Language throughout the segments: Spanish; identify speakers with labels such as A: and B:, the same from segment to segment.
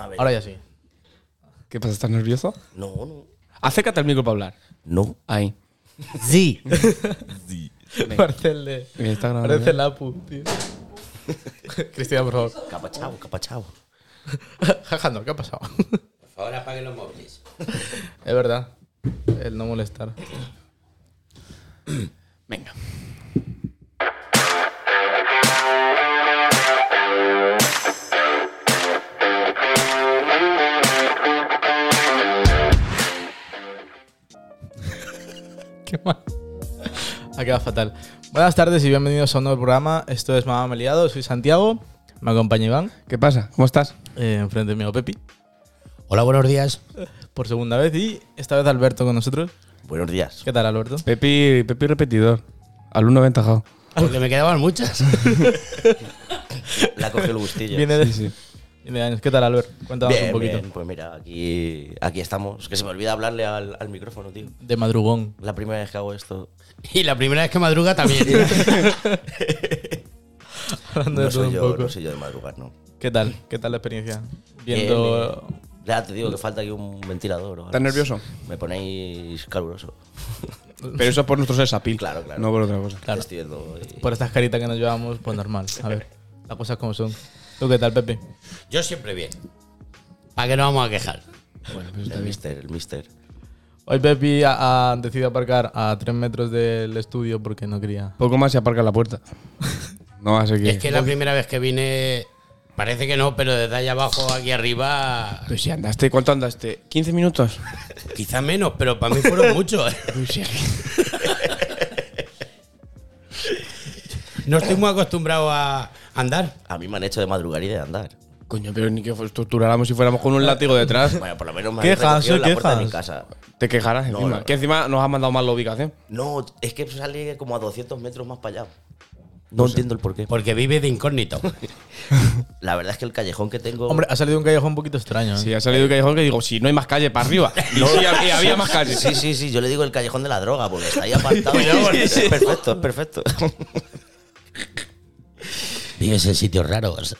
A: A ver.
B: Ahora ya sí.
C: ¿Qué pasa? ¿Estás nervioso?
A: No, no.
C: Acércate al micro para hablar.
A: No.
C: Ahí.
A: Sí.
B: Parece el de.
C: Mira, Está grabando.
B: Parece
C: ¿eh?
B: el Apu, tío. Cristina, por favor.
A: Capachao, capachao.
B: Jajando, ¿qué ha pasado?
D: Por favor, apaguen los móviles.
B: es verdad. El no molestar.
C: Venga.
B: Qué mal. Ha quedado fatal. Buenas tardes y bienvenidos a un nuevo programa. Esto es Mamá Me he Liado. Soy Santiago. Me acompaña Iván.
C: ¿Qué pasa? ¿Cómo estás?
B: Eh, enfrente mío, Pepi.
D: Hola, buenos días.
B: Por segunda vez. Y esta vez Alberto con nosotros.
A: Buenos días.
B: ¿Qué tal, Alberto?
C: Pepi, Pepi repetidor. Alumno aventajado.
D: Porque me quedaban muchas.
A: La cogió el gustillo.
B: Viene de,
C: Sí, sí.
B: viene de años. ¿Qué tal, Alberto? Cuéntanos
A: Bien,
B: un poquito.
A: bien, pues mira, aquí, aquí estamos. Que se me olvida hablarle al, al micrófono, tío.
B: De madrugón.
A: La primera vez que hago esto.
D: Y la primera vez que madruga también.
B: Hablando de
A: No
B: todo
A: soy,
B: un
A: yo,
B: poco.
A: no soy yo de madrugar, no.
B: ¿Qué tal? ¿Qué tal la experiencia? Viendo.
A: Bien, bien. Ya te digo que falta aquí un ventilador. o
C: ¿Estás
A: algo.
C: nervioso?
A: Me ponéis caluroso.
C: Pero eso es por nuestro sexapil.
A: Claro, claro.
C: No por otra cosa.
B: Claro.
A: Estoy viendo y-
B: Por estas caritas que nos llevamos, pues normal. A ver, las cosas como son. ¿Tú qué tal, Pepe?
D: Yo siempre bien. ¿Para qué nos vamos a quejar?
A: el mister, el mister.
B: Hoy Pepi ha, ha decidido aparcar a 3 metros del estudio porque no quería.
C: Poco más se aparca la puerta. No, así que.
D: Es que la primera vez que vine, parece que no, pero desde allá abajo, aquí arriba,
C: Pues si andaste, ¿cuánto andaste? ¿15 minutos?
D: quizás menos, pero para mí fueron muchos. ¿eh? No estoy muy acostumbrado a andar.
A: A mí me han hecho de madrugar y de andar.
C: Coño, pero ni que estructuráramos si fuéramos con un látigo detrás.
A: Bueno, por lo menos me han
B: Quejas,
A: recogido en la
B: sí,
A: puerta de
B: quejas.
A: mi casa.
C: Te quejarás
A: No,
C: encima.
A: no.
C: Que encima nos ha mandado mal la ubicación.
A: No, es que sale como a 200 metros más para allá. No, entiendo el porqué.
D: Porque vive de incógnito.
A: La verdad es que el callejón que tengo.
B: Hombre, ha salido un callejón un poquito extraño. ¿eh?
C: Sí, ha salido el callejón que digo, si no hay más calle para arriba. Y sí, había, había más calle.
A: Sí, sí, sí, yo le digo el callejón de la droga porque está ahí apartado. Es perfecto, es perfecto.
D: Vives en sitios raros.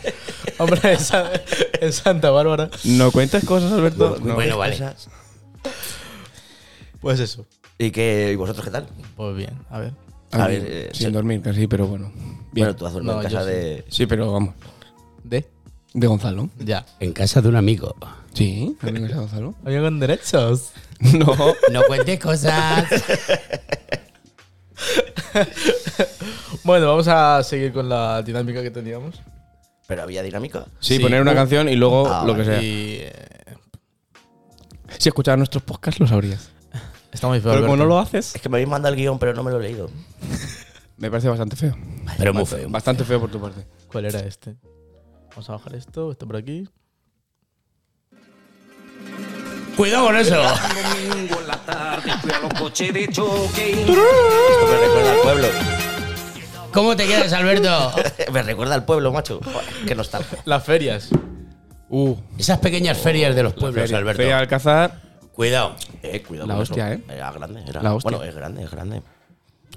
B: Hombre, en, Sa- en Santa Bárbara.
C: No cuentes cosas, Alberto. No.
D: bueno, vale.
B: Pues eso.
A: ¿Y, qué, ¿Y vosotros qué tal?
B: Pues bien, a ver.
C: A,
A: A
C: ver,
A: ver, eh,
C: sin
A: sí.
C: dormir, pero sí, pero bueno. Bien.
A: Bueno, tú has dormido
B: No,
A: en
B: yo
A: casa
B: sí.
A: de.
C: Sí, pero vamos.
B: ¿De?
C: De Gonzalo.
B: Ya.
D: En casa de un amigo.
C: Sí, ¿también es de Gonzalo?
B: Había con derechos.
C: No.
D: No cuentes cosas.
B: Bueno, vamos a seguir con la dinámica que teníamos.
A: Pero había dinámica.
C: Sí,
B: Sí.
C: poner una canción y luego
A: Ah,
C: lo que sea.
B: Y. eh,
C: Si escuchabas nuestros podcasts, lo sabrías.
B: Está muy feo.
C: Pero como
B: Alberto.
C: no lo haces,
A: Es que me habéis mandado el guión, pero no me lo he leído.
C: me parece bastante feo.
D: Pero muy feo.
C: Bastante feo por tu parte.
B: ¿Cuál era este? Vamos a bajar esto, esto por aquí.
D: Cuidado con eso.
E: domingo en la tarde fui a los coches de choque.
A: Esto me recuerda al pueblo.
D: ¿Cómo te quedas, Alberto?
A: me recuerda al pueblo, macho. Joder, Qué nostalgia.
B: Las ferias.
C: Uh,
D: Esas pequeñas ferias de los pueblos,
C: feria,
D: Alberto.
C: feria de Alcázar.
D: Cuidado.
A: Eh, cuidado
C: La
A: con
C: hostia,
A: eso.
C: ¿eh?
A: Era grande, era.
C: La hostia.
A: Bueno, es grande, es grande.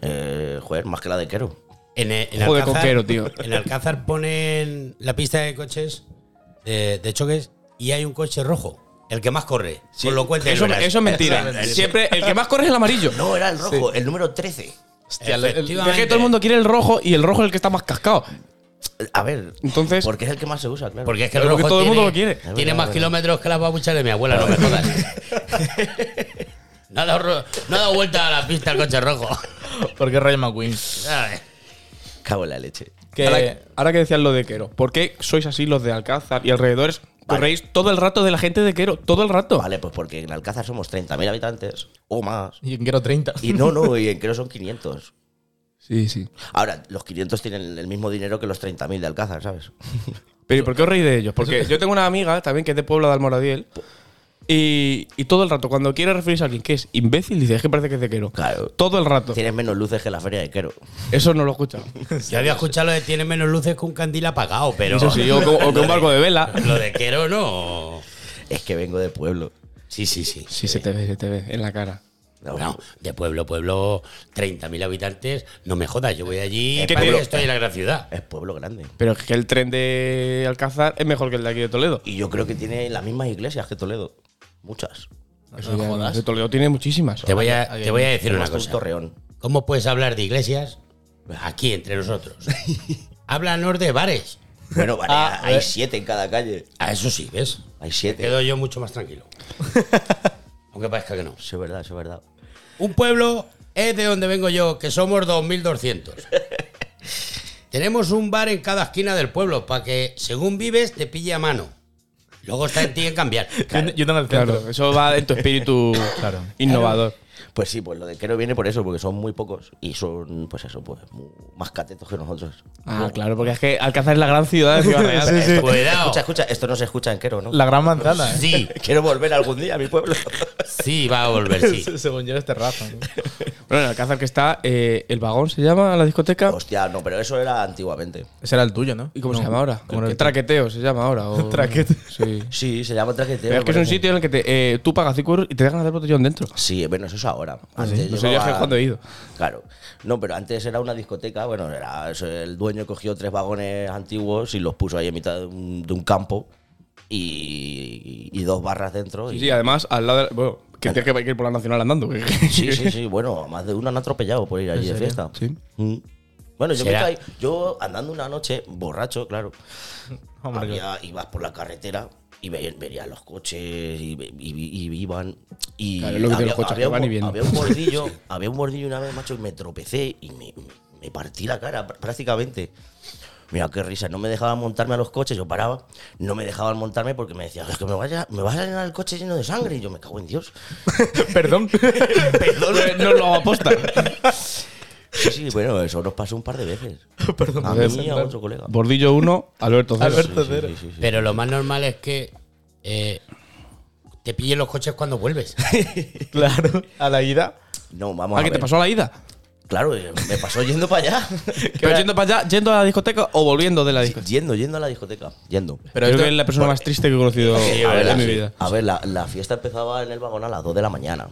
A: Eh, joder, más que la de Quero.
D: En, en
C: Joder,
D: Alcázar,
C: coquero, tío.
D: En Alcázar ponen la pista de coches eh, de, de choques y hay un coche rojo, el que más corre. Con lo cual te
C: Eso,
D: verás.
C: eso es mentira. Siempre el que más corre es el amarillo.
A: No, era el rojo, el número 13.
B: Hostia, el- el-
D: Efectivamente.
C: Es que todo el mundo quiere el rojo y el rojo es el que está más cascado.
A: A ver,
C: Entonces-
A: Porque es el que más se usa, claro.
D: Porque es que el
C: Pero
D: rojo
C: porque todo el
D: tiene,
C: mundo lo quiere.
D: Tiene
A: verdad,
D: más
A: verdad.
D: kilómetros que las babuchas de mi abuela, no me jodas. no, ha dado, ro- no ha dado vuelta a la pista el coche rojo.
B: Porque Rayo McQueen.
D: ¿Sabes?
A: Cago en la leche.
C: Ahora,
B: Que
C: ahora que decías lo de Quero, ¿por qué sois así los de Alcázar y alrededores? Corréis todo el rato de la gente de Quero, todo el rato.
A: Vale, pues porque en Alcázar somos 30.000 habitantes o más.
B: yo quiero 30.
A: Y no, no, y en Quero son 500.
C: Sí, sí.
A: Ahora, los 500 tienen el mismo dinero que los 30.000 de Alcázar, ¿sabes?
C: Pero ¿y por qué os reís de ellos? Porque yo tengo una amiga también que es de Puebla de Almoradiel y, y todo el rato, cuando quiere referirse a alguien que es imbécil, dice, es que parece que es de Quero.
A: Claro.
C: Todo el rato.
A: Tienes menos luces que la feria de Quero.
C: Eso no lo he escuchado.
D: Yo había escuchado lo de tiene menos luces que un candil apagado, pero.
C: Eso sí, o, que- o que un barco de vela.
D: Lo de Quero no.
A: Es que vengo de pueblo.
D: Sí, sí, sí.
C: Sí, se te ve, se te ve en la cara.
A: No.
D: No, de pueblo, pueblo, 30.000 habitantes, no me jodas, yo voy allí
A: ¿Qué Eh,
D: parece
A: pueblo?
D: que estoy en la gran ciudad.
A: Es pueblo grande.
C: Pero es que el tren de Alcázar es mejor que el de aquí de Toledo.
A: Y yo creo que tiene las mismas iglesias que Toledo. Muchas.
B: Eso ya no
C: El de
B: es-
C: Toledo tiene muchísimas.
D: Te voy a,
B: Ahí-
D: te voy a decir una
A: Más que un
D: cosa.
A: Torreón.
D: ¿Cómo puedes hablar de iglesias aquí entre nosotros? Háblanos de bares.
A: Bueno, vale,
B: Ah,
A: hay
B: eh.
A: siete en cada calle.
D: A eso sí, ¿ves?
A: Hay siete.
D: Quedo yo mucho más tranquilo. Aunque parezca que no.
A: Eso es verdad, eso es verdad.
D: Un pueblo es de donde vengo yo, que somos 2.200. Tenemos un bar en cada esquina del pueblo para que, según vives, te pille a mano. Luego está en ti en cambiar.
B: Yo- Yo tengo el centro.
C: Claro, eso va en tu espíritu
B: Claro.
C: innovador.
A: Pues sí, pues lo de Quero viene por eso, porque son muy pocos y son, pues eso, pues mu- más catetos que nosotros.
C: Ah, claro, porque es que Alcázar es la gran ciudad de Ciudad Real.
B: Sí, sí.
A: Esto-
D: Cuidado.
A: Escucha, escucha, esto no se escucha en Quero, ¿no?
B: La gran manzana. ¿eh?
D: Sí,
A: Quiero volver algún día a mi pueblo.
D: sí, va a volver, sí.
B: Según yo, es terraza. ¿no?
C: Bueno, en Alcázar que está eh, el vagón, se llama, la discoteca.
A: Hostia, no, pero eso era antiguamente.
B: Ese era el tuyo, ¿no?
C: ¿Y cómo se
B: No.
C: llama ahora?
B: ¿Cómo
C: El
B: era el tuyo?
C: traqueteo se llama ahora. o-
B: Traqueteo.
C: Sí.
A: Sí, se llama traqueteo.
C: Pero es que es un
A: parece.
C: sitio en el que te, eh, tú pagas 5 euros y te dejan hacer botellón dentro.
A: Sí, bueno, eso es ahora.
C: Ah, sí? No sé yo hace cuándo he ido.
A: Claro. No, pero antes era una discoteca. Bueno, era eso, el dueño cogió tres vagones antiguos y los puso ahí en mitad de un, de un campo y, y dos barras dentro.
C: Sí,
A: y-
C: sí, además, al lado de la- Bueno, que tienes que ir por la Nacional andando. que-
A: sí, sí, sí. Bueno, más de uno han atropellado por ir allí de fiesta.
C: Sí.
A: Mm. Bueno, yo, me
D: ¿Será?
A: caí- yo andando una noche, borracho, claro,
B: Hombre,
A: había- ibas por la carretera y ve- veías los coches y, ve- y vi- y iban. Y
C: Claro, es lo que tienen los coches, que
A: un,
C: van y
A: bo-
C: vienen.
A: había un bordillo, había un bordillo una vez, macho, y me tropecé y me, me partí la cara pr- prácticamente. Mira, qué risa, no me dejaban montarme a los coches, yo paraba, no me dejaban montarme porque me decían, es que me, vaya, me vas a llenar el coche lleno de sangre. Y yo, me cago en Dios.
B: Perdón.
A: Perdón.
C: No Pues lo hago aposta.
A: Sí, sí, bueno, eso nos pasó un par de veces.
B: Perdón,
A: A
B: me
A: mí
B: voy a
A: y a
B: sentar.
A: otro colega.
C: Bordillo 1, Alberto 0.
B: Alberto.
A: Sí, sí,
B: Cero.
A: sí, sí, sí.
D: Pero lo más normal es que eh, te pillen los coches cuando vuelves.
B: Claro. A la ida.
A: No, vamos
C: Ah,
A: a
C: que
A: ver.
C: te pasó a la ida.
A: Claro, eh, me pasó yendo para allá.
C: Pero yendo para allá, yendo a la discoteca o volviendo de la discoteca.
A: yendo, yendo a la discoteca. Yendo.
C: Pero Creo que es la persona más triste que he conocido
A: a ver,
C: en
A: la,
C: mi vida.
A: a ver, la, la fiesta empezaba en el vagón a las 2 de la mañana.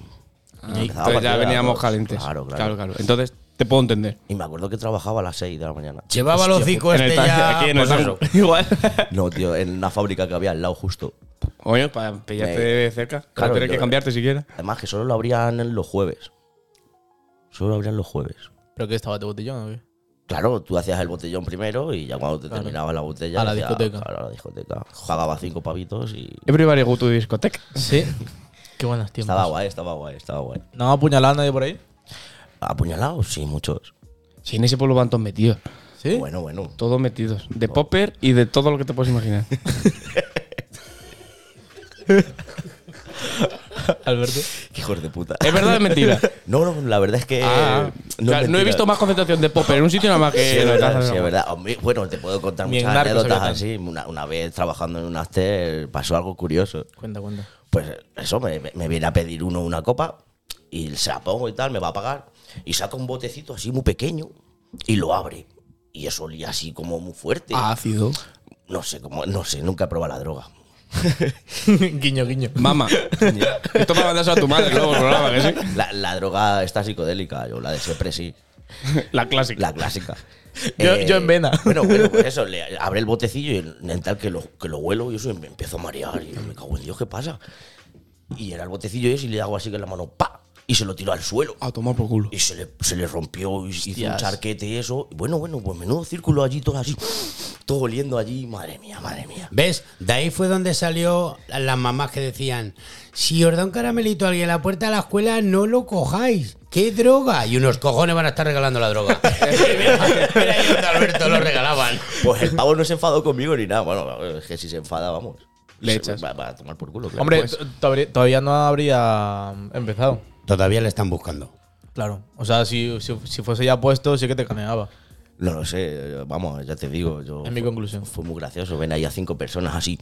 A: Empezaba a
C: Entonces
A: partir de
C: ya
A: las
C: veníamos
A: dos.
C: calientes.
A: Claro, claro.
C: Entonces te puedo entender.
A: Y me acuerdo que trabajaba a las 6 de la mañana.
D: Llevaba los cinco
C: En el
D: este
C: taxi,
D: ya.
C: aquí en el taxi.
D: pues eso.
C: Igual.
A: No, tío, en una fábrica que había al lado justo.
C: Oye, para pillarte
A: Me-
C: de cerca. Claro,
A: Claro,
C: tienes que
A: yo-
C: cambiarte siquiera.
A: Además que solo lo abrían en los jueves. Solo lo abrían los jueves.
B: ¿Pero qué estaba tu botellón o qué?
A: Claro, tú hacías el botellón primero y ya cuando te terminaba la botella...
B: A la
A: hacía-
B: discoteca.
A: Claro, a la discoteca. Pagaba cinco pavitos y...
C: Everybody go to discoteca.
B: Sí. Qué buenos tiempos.
A: Estaba guay, estaba guay, estaba guay.
B: ¿No ha apuñalado a nadie por ahí?
A: ¿Apuñalados? Sí, muchos.
C: Si en ese pueblo van todos metidos.
B: Sí.
A: Bueno, bueno.
C: Todos metidos.
A: Oh.
C: De popper y de todo lo que te puedes imaginar.
B: Alberto.
A: Hijos de puta.
C: ¿Es verdad o es mentira?
A: No, no, la verdad es que.
C: Ah,
A: Eh, es
C: claro, no he
A: mentira.
C: visto más concentración de popper en un sitio nada más que
A: Sí,
C: en
A: es
C: la
A: verdad,
C: Plaza de
A: sí,
C: la
A: es verdad. A mí- Bueno, te puedo contar
B: Ni en
A: muchas
B: Narcos
A: anécdotas
B: había
A: así. Una, una vez trabajando en un after pasó algo curioso.
B: Cuenta, cuenta.
A: Pues eso, me, me- me viene a pedir uno una copa y se la pongo y tal, me va a pagar. Y saca un botecito así muy pequeño y lo abre. Y eso olía así como muy fuerte.
C: Ácido.
A: No sé, como, no sé, nunca he probado la droga.
B: guiño, guiño.
C: Mamá. Esto para mandárselo a tu madre luego el programa, que sí.
A: La, la droga está psicodélica, yo la de siempre sí.
C: La clásica.
A: La clásica. Eh,
B: Yo- yo en vena.
A: Bueno, bueno, pues eso, le abre el botecillo y en- en tal que lo, que lo huelo y eso y me empiezo a marear. Y yo, me cago en Dios, ¿qué pasa? Y era el botecillo ese y le hago así con la mano, ¡pa! Y se lo tiro al suelo.
C: A tomar por culo.
A: Y se le, se le rompió y se hizo un
B: Hostias.
A: charquete y eso. Y bueno, bueno, pues menudo círculo allí, todo así, todo oliendo allí. Madre mía, madre mía.
D: ¿Ves? De ahí fue donde salió las mamás que decían, si os da un caramelito a alguien en la puerta de la escuela, no lo cojáis. ¡Qué droga! Y unos cojones van a estar regalando la droga. Mira, mira ahí donde Alberto lo regalaban.
A: Pues el pavo no se enfadó conmigo ni nada. Bueno, es que si se enfada, vamos.
C: Le
A: se
C: echas.
A: Va, va a tomar por culo. claro.
B: Hombre, t- todavía- todavía no habría empezado.
D: Todavía le están buscando.
B: Claro. O sea, si, si, si fuese ya puesto, sí que te caneaba.
A: No lo sé, eh, vamos, ya te digo. Yo
B: Es mi conclusión.
A: Fue muy gracioso. Ven ahí a cinco personas así,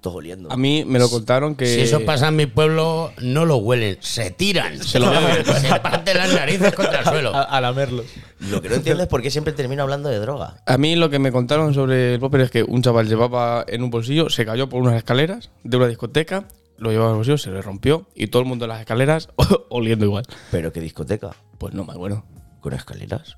A: todos oliendo.
C: A mí me lo contaron que.
D: Si eso pasa en mi pueblo, no lo huelen, se tiran. Se
C: lo beben.
D: Se parten las narices contra el suelo.
B: A, a lamerlo.
A: Lo que no entiendo es por qué siempre termino hablando de droga.
C: A mí lo que me contaron sobre el popper es que un chaval llevaba en un bolsillo, se cayó por unas escaleras de una discoteca, lo llevaba en el bolsillo, se le rompió y todo el mundo en las escaleras oliendo igual.
A: Pero qué discoteca.
C: Pues no me acuerdo.
A: Con escaleras.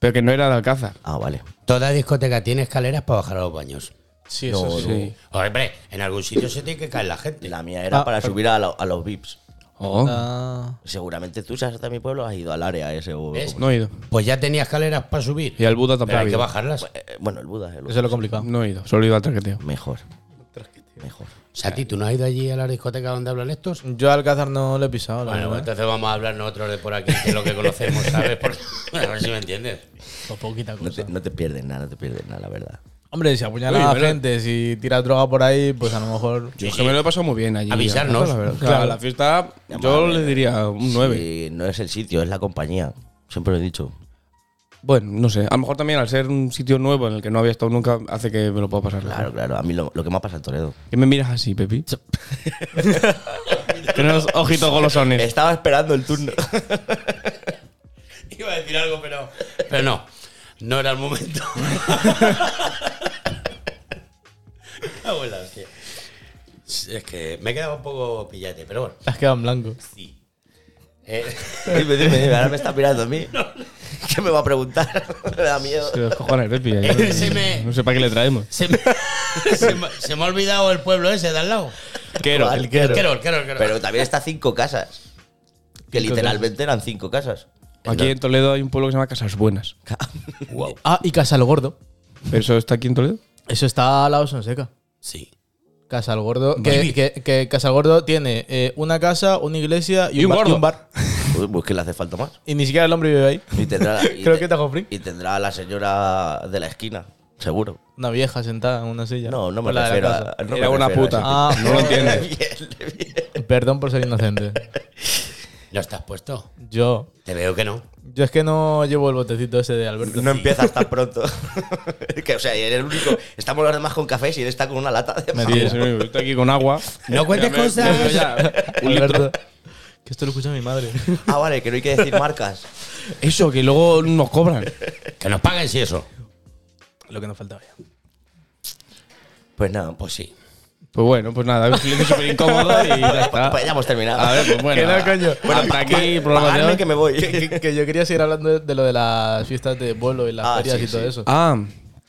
C: Pero que no era de Alcázar.
A: Ah, vale.
D: Toda discoteca tiene escaleras para bajar a los baños.
B: Sí, eso sí.
C: Sí.
D: Hombre, en algún sitio se tiene que caer la gente.
A: La mía era
B: Ah,
A: para subir a, la- a los VIPs.
C: Oh,
B: Ah,
A: Seguramente tú, si has estado en mi pueblo, has ido al área ese. o-
D: ¿Ves?
A: o-
C: no he ido.
D: Pues ya tenía escaleras para subir.
C: Y al Buda tampoco
D: Pero
C: ha
D: hay que
C: habido.
D: bajarlas. O
A: Eh, bueno, el Buda es el
B: eso es lo complicado.
C: No he ido, solo he ido al traqueteo.
A: Mejor. Mejor.
D: Sati, ¿tú no has ido allí a la discoteca donde hablan estos?
B: Yo al Alcázar no le he pisado. la
D: Bueno, pues
B: verdad.
D: entonces vamos a hablar nosotros de por aquí, que es lo que conocemos, ¿sabes? Porque- a ver si me entiendes.
B: poquita
A: No
B: cosa.
A: te, no te pierdes nada, no te pierdes nada, la verdad.
B: Hombre, si apuñalas a
C: Oye, pero-
B: gente, si tiras droga por ahí, pues a lo mejor.
C: Yo es que me lo he pasado muy bien allí.
D: Avisarnos.
C: La verdad.
B: Claro.
C: Claro, la fiesta yo le diría un 9.
A: Sí, no es el sitio, es la compañía. Siempre lo he dicho.
C: Bueno, no sé. A lo mejor también al ser un sitio nuevo en el que no había estado nunca, hace que me lo pueda pasar.
A: Claro, claro. A mí lo, lo que me ha pasado en Toledo.
C: ¿Qué me miras así, Pepi? Tenemos ojitos golosones.
A: Estaba esperando el turno.
D: Iba a decir algo, pero. Pero no. No era el momento. Abuela, hostia. Es que me he quedado un poco pillate, pero bueno.
B: Te has quedado en blanco.
D: Sí. Eh,
A: Dime, dime, dime, ahora me está mirando a mí. ¿Qué me va a preguntar? me da miedo.
C: Los cojones, Pepi. yo no-
D: Se me-
C: No sé para qué le traemos.
D: se, me, se me- se me ha olvidado el pueblo ese de al lado.
C: Quero.
A: Vale,
D: Quero, Quero, Quero.
A: Pero también está cinco casas. Que literalmente eran cinco casas.
C: Aquí en Toledo hay un pueblo que se llama Casas Buenas.
A: Wow.
B: Ah, y Casa Gordo.
C: ¿Pero eso está aquí en Toledo?
B: Eso está al lado de Sonseca.
D: Sí.
B: Casa al Gordo.
D: Baby.
B: Que, que, que Casa al Gordo tiene eh, una casa, una iglesia y,
C: Y
B: un,
C: un
B: bar, y
C: gordo.
B: un bar.
A: Pues que le hace falta más.
B: Y ni siquiera el hombre vive ahí.
A: Y tendrá, y
B: Creo
A: te-
B: que te hago free.
A: Y tendrá a la señora de la esquina, seguro.
B: Una vieja sentada en una silla.
A: No, no me
B: Con la de
A: refiero
B: la casa.
A: a. no me
C: Era una
A: refiero a
C: puta.
A: ese
B: Ah.
C: no lo
A: tipo.
C: entiendes.
A: Bien, bien.
B: Perdón por ser inocente.
D: ¿Lo estás puesto?
B: Yo.
D: Te veo que no.
B: Yo es que no llevo el botecito ese de Alberto.
A: No empiezas tan pronto. que, o sea, eres el único. Estamos los demás con cafés y él está con una lata de
B: Me
A: pavo.
C: Sí, sí, estoy aquí con agua.
D: No cuentes
C: Ya me-
D: cosas.
C: me- ya-
B: Alberto. Que esto lo escucha mi madre.
A: Ah, vale, que no hay que decir marcas.
C: Eso, que luego nos cobran.
D: Que nos paguen si eso.
B: Lo que nos faltaba ya.
A: Pues nada, pues
D: Pues sí.
C: Pues bueno, pues nada, un silencio súper incómodo y ya está.
A: Pues ya hemos terminado.
C: Ah. A ver, pues bueno.
B: Que no, coño.
C: Bueno, hasta aquí el programa de
A: Pagadme
C: hoy.
A: que me voy.
B: Que, que- que yo quería seguir hablando de, de lo de las fiestas de pueblo y las
A: Ah,
B: ferias
A: sí,
B: y todo
A: sí.
B: eso.
C: Ah,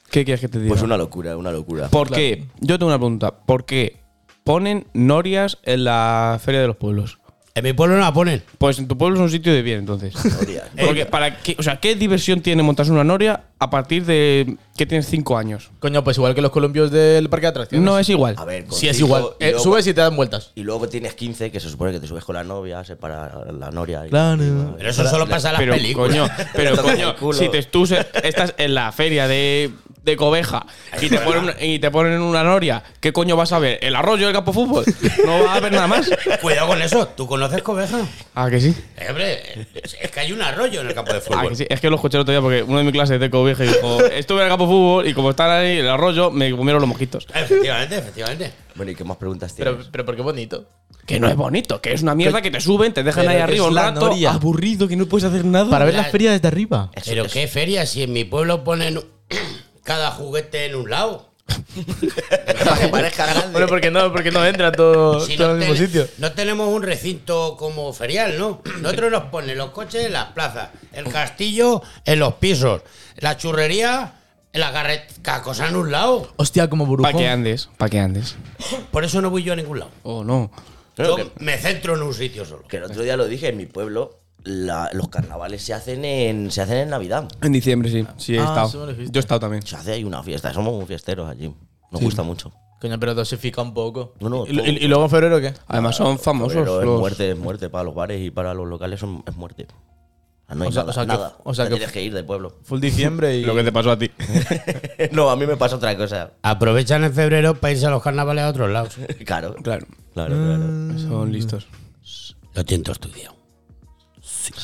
C: ¿qué quieres que te diga?
A: Pues una locura, una locura.
C: ¿Por qué? Yo tengo una pregunta. ¿Por qué ponen norias en la Feria de los Pueblos?
D: En mi pueblo no la ponen.
C: Pues en tu pueblo es un sitio de bien, entonces.
A: Norias.
C: Porque para qué, o sea, ¿qué diversión tiene montarse una noria a partir de que tienes 5 años?
B: Coño, pues igual que los colombios del parque de atracciones.
C: No es igual.
A: A ver, con
B: Sí, es
A: cinco
B: igual.
A: y
B: Eh,
A: luego-
B: subes y te dan vueltas.
A: Y luego tienes 15, que se supone que te subes con la novia, se para la noria. y-
B: Claro.
A: y-
D: Pero eso solo pasa en las
C: pero
D: películas.
C: coño, pero
A: Toca el
C: coño,
A: culo.
C: si te, tú se- estás en la feria de, de Cobeja y te, ponen, y te ponen una noria, ¿qué coño vas a ver? ¿El arroyo del campo de fútbol? No vas a ver nada más.
D: Cuidado con eso. ¿Tú conoces Cobeja?
C: Ah, que sí.
D: Eh, Hombre, es que hay un arroyo en el campo de
C: Ah,
D: fútbol.
C: que sí. Es que lo escuché el otro día porque uno de mi clase de Cobeja dijo, estuve en el campo de fútbol y como están ahí en el arroyo, me comieron los mojitos.
D: Efectivamente, efectivamente.
A: Bueno, ¿y qué más preguntas tienes?
B: Pero, pero porque bonito.
C: Que no es bonito, que es una mierda que te suben, te dejan
B: Pero
C: ahí
B: que
C: arriba
B: es
C: un
B: la
C: rato,
B: noria.
C: aburrido, que no puedes hacer nada.
B: Para ver
D: la-
B: las ferias desde arriba.
A: Eso-
D: Pero
A: eso-
D: qué feria, si en mi pueblo ponen cada juguete en un lado.
A: para que parezca grande.
B: Bueno, porque no, porque no entra todo,
D: Si
B: todo en el mismo
D: ten-
B: sitio.
D: no tenemos un recinto como ferial, ¿no? Nosotros nos ponen los coches en las plazas, el castillo en los pisos, la churrería en la carretera, cosa en un lado.
B: Hostia, como
C: Para Ah, que
B: burujón.
C: andes, para que andes.
D: Por eso no voy yo a ningún lado.
C: Oh, no.
A: Claro
D: yo me centro en un sitio solo.
A: Que el otro día lo dije, en mi pueblo la- los carnavales se hacen en se hacen en Navidad.
C: En diciembre, sí. Sí,
B: Ah, sí me
C: he estado.
B: lo dijiste.
C: Yo he estado también.
A: Se hace ahí una fiesta, somos muy fiesteros allí. Nos gusta mucho.
B: Coño, pero dosifica un poco.
A: No, no,
B: ¿Y, lo-
A: todo.
B: y- y luego en febrero qué?
C: Además son famosos
A: Pero es
C: los-
A: muerte, es muerte. Para los bares y para los locales son- es muerte. O sea, no hay
B: O sea-
A: nada.
B: o sea que-
A: nada.
B: o sea
A: Te
B: que-
A: tienes que ir de pueblo.
B: Full diciembre y.
C: lo que te pasó a ti.
A: no, a mí me pasa otra cosa.
D: Aprovechan en febrero para irse a los carnavales a otros lados.
A: Claro. Claro, claro.
C: claro, Ah.
B: Mm.
C: son listos.
D: Lo siento, estudiado.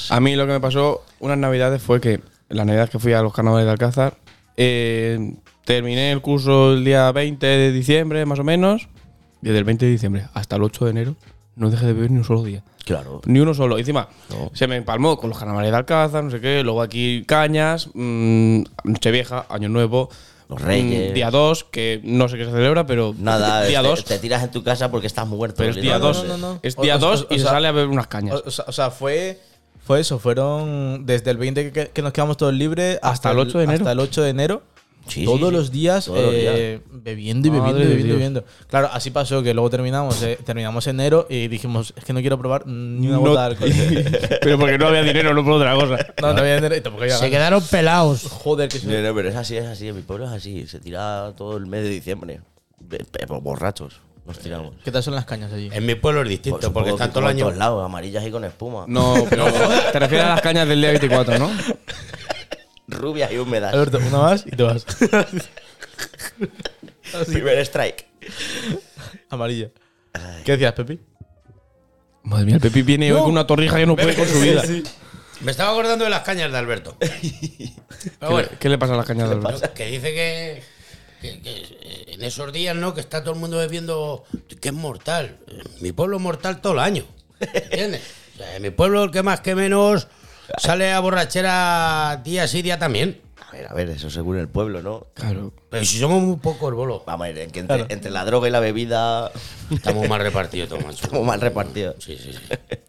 C: A mí lo que me pasó unas navidades fue que las navidades que fui a los carnavales de Alcázar, eh, terminé el curso el día 20 de diciembre, más o menos. Y Desde el 20 de diciembre hasta el 8 de enero no dejé de beber ni un solo día.
A: Claro.
C: Ni uno solo. Encima,
A: No.
C: se me empalmó con los carnavales de Alcázar, no sé qué. Luego aquí cañas, mm, Nochevieja, Año Nuevo,
A: Los
C: Mm,
A: Reyes.
C: Día 2, que no sé qué se celebra, pero.
A: nada,
C: Día
A: te-
C: 2.
A: Te, tiras en tu casa porque estás muerto.
C: Pero es día
A: literalmente.
C: 2.
B: este no, no, no.
C: Es día
B: O- o-
C: 2
B: o
C: y se
B: sea-
C: sale a beber unas cañas.
B: O, o sea, o sea, fue, fue eso. Fueron desde el 20 que, que nos quedamos todos libres hasta,
C: el 8 de enero.
B: Hasta el 8 de enero.
A: Sí,
B: todos
A: sí, sí.
B: los días
A: Todos los
B: eh, bebiendo y
C: Madre
B: bebiendo y bebiendo
C: de
B: y
C: Dios.
B: bebiendo. Claro, así pasó que luego terminamos eh, terminamos enero y dijimos, es que no quiero probar ni una
C: No-
B: gota de alcohol.
C: pero porque no había dinero, no por otra cosa.
B: no, no voy a enero y tampoco había
D: Se
B: ganas.
D: quedaron pelados.
B: Joder, que
A: No,
B: se...
A: no, pero es así, es así. En mi pueblo es así. Se tira todo el mes de diciembre. Be- be- borrachos.
C: Eh,
A: Nos tiramos.
B: ¿Qué tal son las cañas allí?
D: En mi pueblo es distinto,
A: Por-
D: porque
A: supongo que
D: están todos
A: como
D: los
A: en
D: años.
A: todos lados, amarillas y con espuma.
C: No, pero te refieres a las cañas del día 24, ¿no?
A: Rubias y húmedas.
B: Alberto, una más y te vas.
A: Primer strike.
B: Amarilla. ¿Qué decías, Pepi?
C: Madre mía, el Pepi viene hoy con una torrija que no puede con su vida.
D: Me estaba acordando de las cañas de Alberto.
C: ¿Qué,
D: Pero bueno,
C: le, qué le pasa a las cañas del Alberto?
D: no, que dice que, que- que en esos días, ¿no? Que está todo el mundo bebiendo. Que es mortal. Mi pueblo es mortal todo el año. ¿Entiendes? O sea, en mi pueblo, el que más que menos sale a borrachera día sí, día también.
A: A ver, a ver, eso según el pueblo, ¿no?
C: Claro.
D: Pero si somos muy pocos, bolo.
A: Vamos a ver, que entre, entre la droga y la bebida.
D: Estamos mal repartidos, todo macho.
A: Estamos mal repartidos.
D: Sí, sí, sí.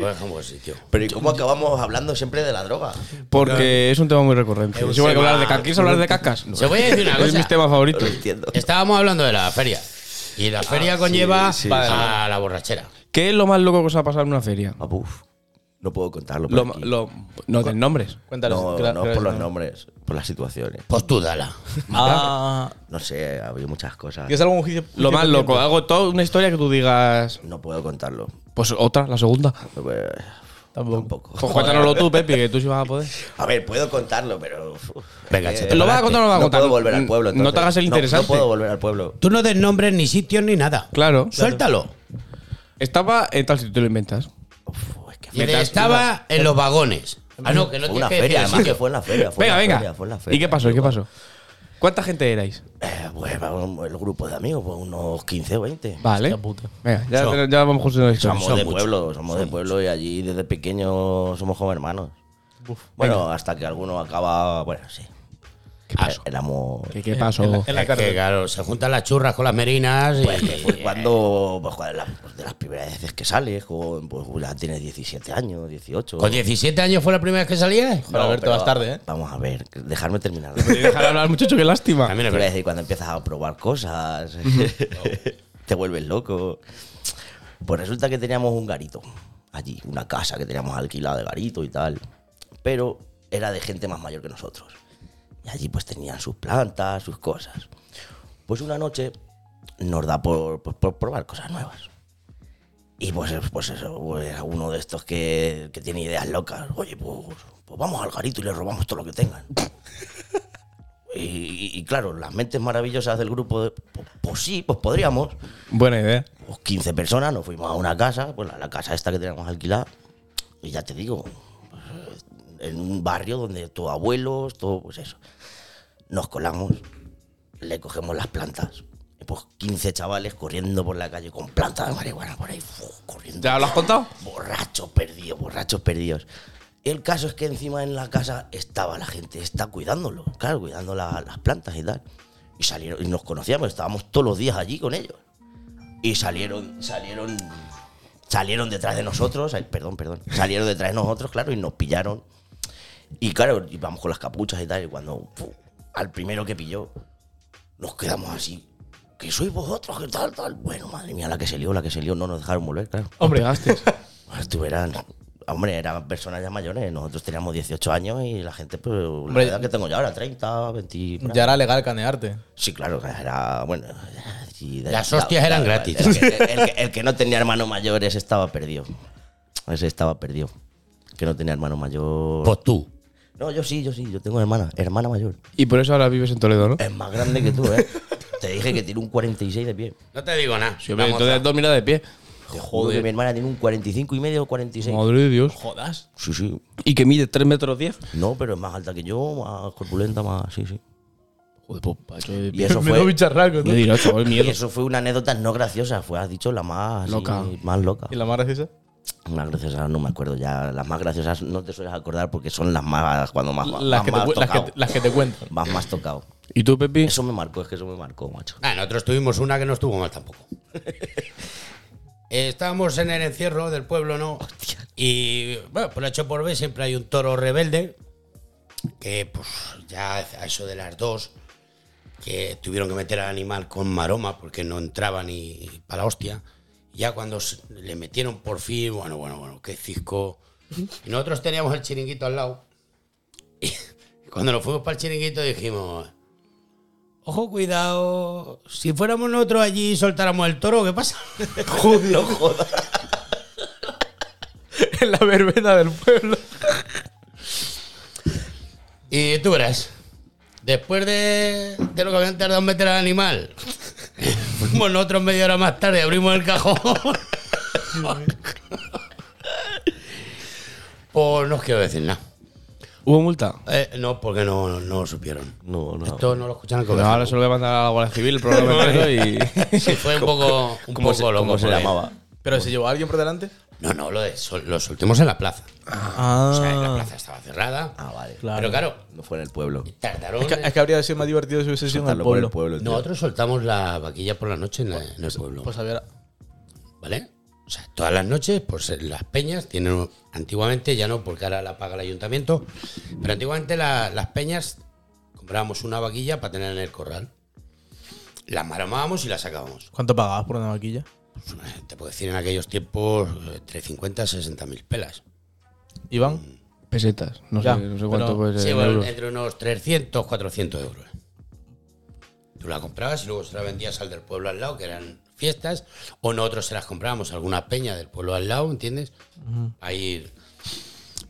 D: Lo dejamos así, tío.
A: Pero ¿y cómo acabamos hablando siempre de la droga?
C: Porque es un tema muy recurrente.
D: Es un
C: Es igual que
D: tema-
C: hablar de cacas. ¿Quieres hablar de cacas?
D: Se voy a decir una
C: Es
D: cosa.
C: mi tema
A: No
C: favorito.
A: lo entiendo.
D: Estábamos hablando de la feria. Y la feria conlleva
A: sí,
D: a la borrachera.
C: ¿Qué es lo más loco que os ha pasado en una feria?
A: Ah, buf. No puedo contarlo. por
C: Lo,
A: aquí.
C: lo, no, de nombres.
B: Cuéntanos.
A: no,
B: cla-
A: no
B: cla-
A: por los
B: no.
A: nombres, por las situaciones.
D: Pues tú dala.
B: Ah,
A: No sé, había muchas cosas.
B: que es algo juicio.
C: Lo más loco. Algo, toda una historia que tú digas.
A: No puedo contarlo.
C: Pues otra, la segunda.
A: Eh,
B: Tampoco.
C: Pues cuéntanoslo tú, Pepi, que tú sí vas a poder.
A: A ver, puedo contarlo, pero. uf,
D: Venga,
A: es
D: se
A: que
D: te
C: ¿Lo vas a contar o no lo vas a
A: no
C: contar?
A: puedo volver al pueblo.
C: No te
A: entonces.
C: hagas el
A: No-
C: interesante.
A: No, puedo volver al pueblo.
D: Tú no des nombres, ni sitios, ni nada.
C: Claro.
D: Suéltalo.
C: Estaba en tal sitio, te lo inventas.
A: Uf, es que
D: Y de- estaba en los vagones. Ah, no, que no
A: fue
D: tienes
A: una
D: que decir
A: feria,
D: el
A: además que
D: sitio.
A: fue en la feria. fue en
C: Venga,
A: la
C: venga.
A: feria, fue en la
C: ¿Y
A: feria.
C: qué pasó? ¿Y qué pasó? ¿Cuánta gente erais?
A: Eh, pues vamos, el grupo de amigos, pues unos 15 o 20.
C: Vale.
B: Hostia puta.
C: Venga, ya,
D: Son.
C: ya vamos justo en la historia.
A: Somos de pueblo, somos de pueblo y allí desde pequeños somos como hermanos. bueno, hasta que alguno acaba. Bueno, sí.
C: ¿Qué pasó?
A: Eh, Éramos.
C: ¿Qué, qué pasó?
B: En la
D: Es que,
B: cárcel.
D: claro, se juntan las churras con las merinas y.
A: Pues que fue cuando, pues, cuando la- de las primeras veces que sales, con, pues ya tienes 17 años, 18.
D: ¿Con 17 años fue la primera vez que salía?
A: No,
B: Alberto,
A: pero
B: vas tarde, ¿eh?
A: Vamos a ver, dejarme terminar.
C: Y Dejar hablar, muchacho, qué lástima.
D: También es
A: Quiero
D: verdad.
A: decir, cuando empiezas a probar cosas, te vuelves loco. Pues resulta que teníamos un garito allí, una casa que teníamos alquilada de garito y tal. Pero era de gente más mayor que nosotros. Y allí pues tenían sus plantas, sus cosas. Pues una noche nos da por, por- por probar cosas nuevas. Y pues, eh, pues eso, pues era uno de estos que, que tiene ideas locas. Oye, pues, pues vamos al garito y le robamos todo lo que tengan. Y, y- y claro, las mentes maravillosas del grupo, de, pues, pues sí, pues podríamos.
C: Buena idea.
A: Pues 15 personas, nos fuimos a una casa, pues la, la casa esta que teníamos alquilada. Y ya te digo, pues, en un barrio donde todo abuelos, todo, pues eso. Nos colamos, le cogemos las plantas. Y pues 15 chavales corriendo por la calle con plantas de marihuana por ahí, fu, corriendo
C: ¿Ya lo has contado?
A: borrachos perdidos, borrachos perdidos. El caso es que encima en la casa estaba la gente, está cuidándolo, claro, cuidando la- las plantas y tal. Y salieron, y nos conocíamos, estábamos todos los días allí con ellos. Y salieron, salieron, salieron detrás de nosotros, ay, perdón, perdón, salieron detrás de nosotros, claro, y nos pillaron. Y claro, íbamos con las capuchas y tal, y cuando fu, al primero que pilló, nos quedamos así. Que sois vosotros, que tal, tal. Bueno, madre mía, la que se lió, la que se lió, no nos dejaron volver, claro.
C: Hombre, gastes.
A: Pues tú verás. Hombre, eran personas ya mayores. Nosotros teníamos 18 años y la gente, pues,
B: Hombre,
A: la edad que tengo yo ahora, 30, 20. por ahí.
B: Ya era legal canearte.
A: Sí, claro, era. Bueno. y de-
D: Las hostias eran
A: da- da-
D: gratis.
A: El que, el que- el que no tenía hermanos mayores estaba perdido. Ese estaba perdido. Que no tenía hermano mayor.
D: Pues tú.
A: No, yo sí, yo sí, yo tengo hermana, hermana mayor.
C: Y por eso ahora vives en Toledo, ¿no?
A: Es más grande que tú, ¿eh? Te dije que tiene un 46 de pie.
D: No te digo nada.
C: Sí, hombre, entonces dos miradas de pie.
A: Joder. Mi hermana tiene un 45 y medio o 46.
C: Madre de Dios.
B: Jodas.
A: Sí, sí.
C: Y que mide 3 metros 10.
A: No, pero es más alta que yo, más corpulenta, más. Sí, sí.
C: Joder, pues, pacho.
A: Y eso
B: Me doy
A: fue.
B: bicharraco,
C: Me
B: ¿no?
C: dirá, chaval,
A: Y
C: miedo.
A: eso fue una anécdota no graciosa, fue, has dicho, la más
C: Loca.
A: sí, más loca.
B: ¿Y la más graciosa?
A: Unas graciosas, no me acuerdo ya. Las más graciosas no te sueles acordar porque son las más cuando más
B: Las
A: más,
B: que, te,
A: más
B: cu- las, que,
A: tocado.
B: te- las que te cuentan.
A: Vas más tocado.
C: ¿Y tú, Pepi?
A: Eso me marcó, es que eso me marcó, macho.
D: Ah, nosotros tuvimos una que no estuvo mal tampoco. Eh, Estábamos en el encierro del pueblo, ¿no? Y bueno, por hecho por B siempre hay un toro rebelde que pues ya a eso de las dos que tuvieron que meter al animal con maroma porque no entraba ni para la hostia. Ya cuando se- le metieron por fin, bueno, bueno, bueno, qué cisco. Y nosotros teníamos el chiringuito al lado. Y cuando nos fuimos para el chiringuito dijimos, Ojo, cuidado. Si fuéramos nosotros allí y soltáramos el toro, ¿qué pasa?
A: Joder, joder.
B: en la verbena del pueblo.
D: Y tú verás. Después de, de lo que habían tardado en meter al animal, fuimos nosotros media hora más tarde, abrimos el cajón. pues no os quiero decir nada.
C: ¿Hubo multa?
D: Eh, no, porque no, no, lo supieron.
A: No, no.
D: Esto no lo escucharon con
C: Pues ahora se lo voy a mandar a la Guardia Civil el programa entero y...
D: Sí, fue un poco, un
A: ¿Cómo
D: poco
A: se,
D: loco. pues.
A: cómo se
D: por ahí.
A: llamaba?
B: Pero se llevó a alguien por delante.
D: No, no, lo, de- sol- lo soltemos en la plaza.
B: Ah,
D: O sea, en la plaza estaba cerrada.
A: Ah, vale.
B: Claro.
D: Pero claro,
A: No fue en el pueblo.
D: tardaron.
B: es, que, es que habría sido más divertido si hubiese sido en el
A: Soltarlo por
B: pueblo.
A: el pueblo, tío.
D: Nosotros soltamos la vaquilla por la noche en, la- en el pueblo,
B: Pues había.
D: ¿vale? O sea, todas las noches, pues en las peñas tienen, antiguamente, ya no porque ahora la paga el ayuntamiento, pero antiguamente la- las peñas comprábamos una vaquilla para tener en el corral. La maramábamos y la sacábamos.
B: ¿Cuánto pagabas por una vaquilla?
D: Pues, eh, te puedo decir en aquellos tiempos eh, entre 50 y 60 mil pelas.
B: Iván,
C: Pesetas. No
B: Ya,
C: sé, no sé cuánto
B: pero-
C: puede ser.
D: Sí,
C: Pues, en
D: bueno,
C: euros.
D: entre unos 300, 400 euros. Tú la comprabas y luego se la vendías al del pueblo al lado, que eran fiestas, o nosotros se las comprábamos a alguna peña del pueblo al lado, ¿entiendes? A ir.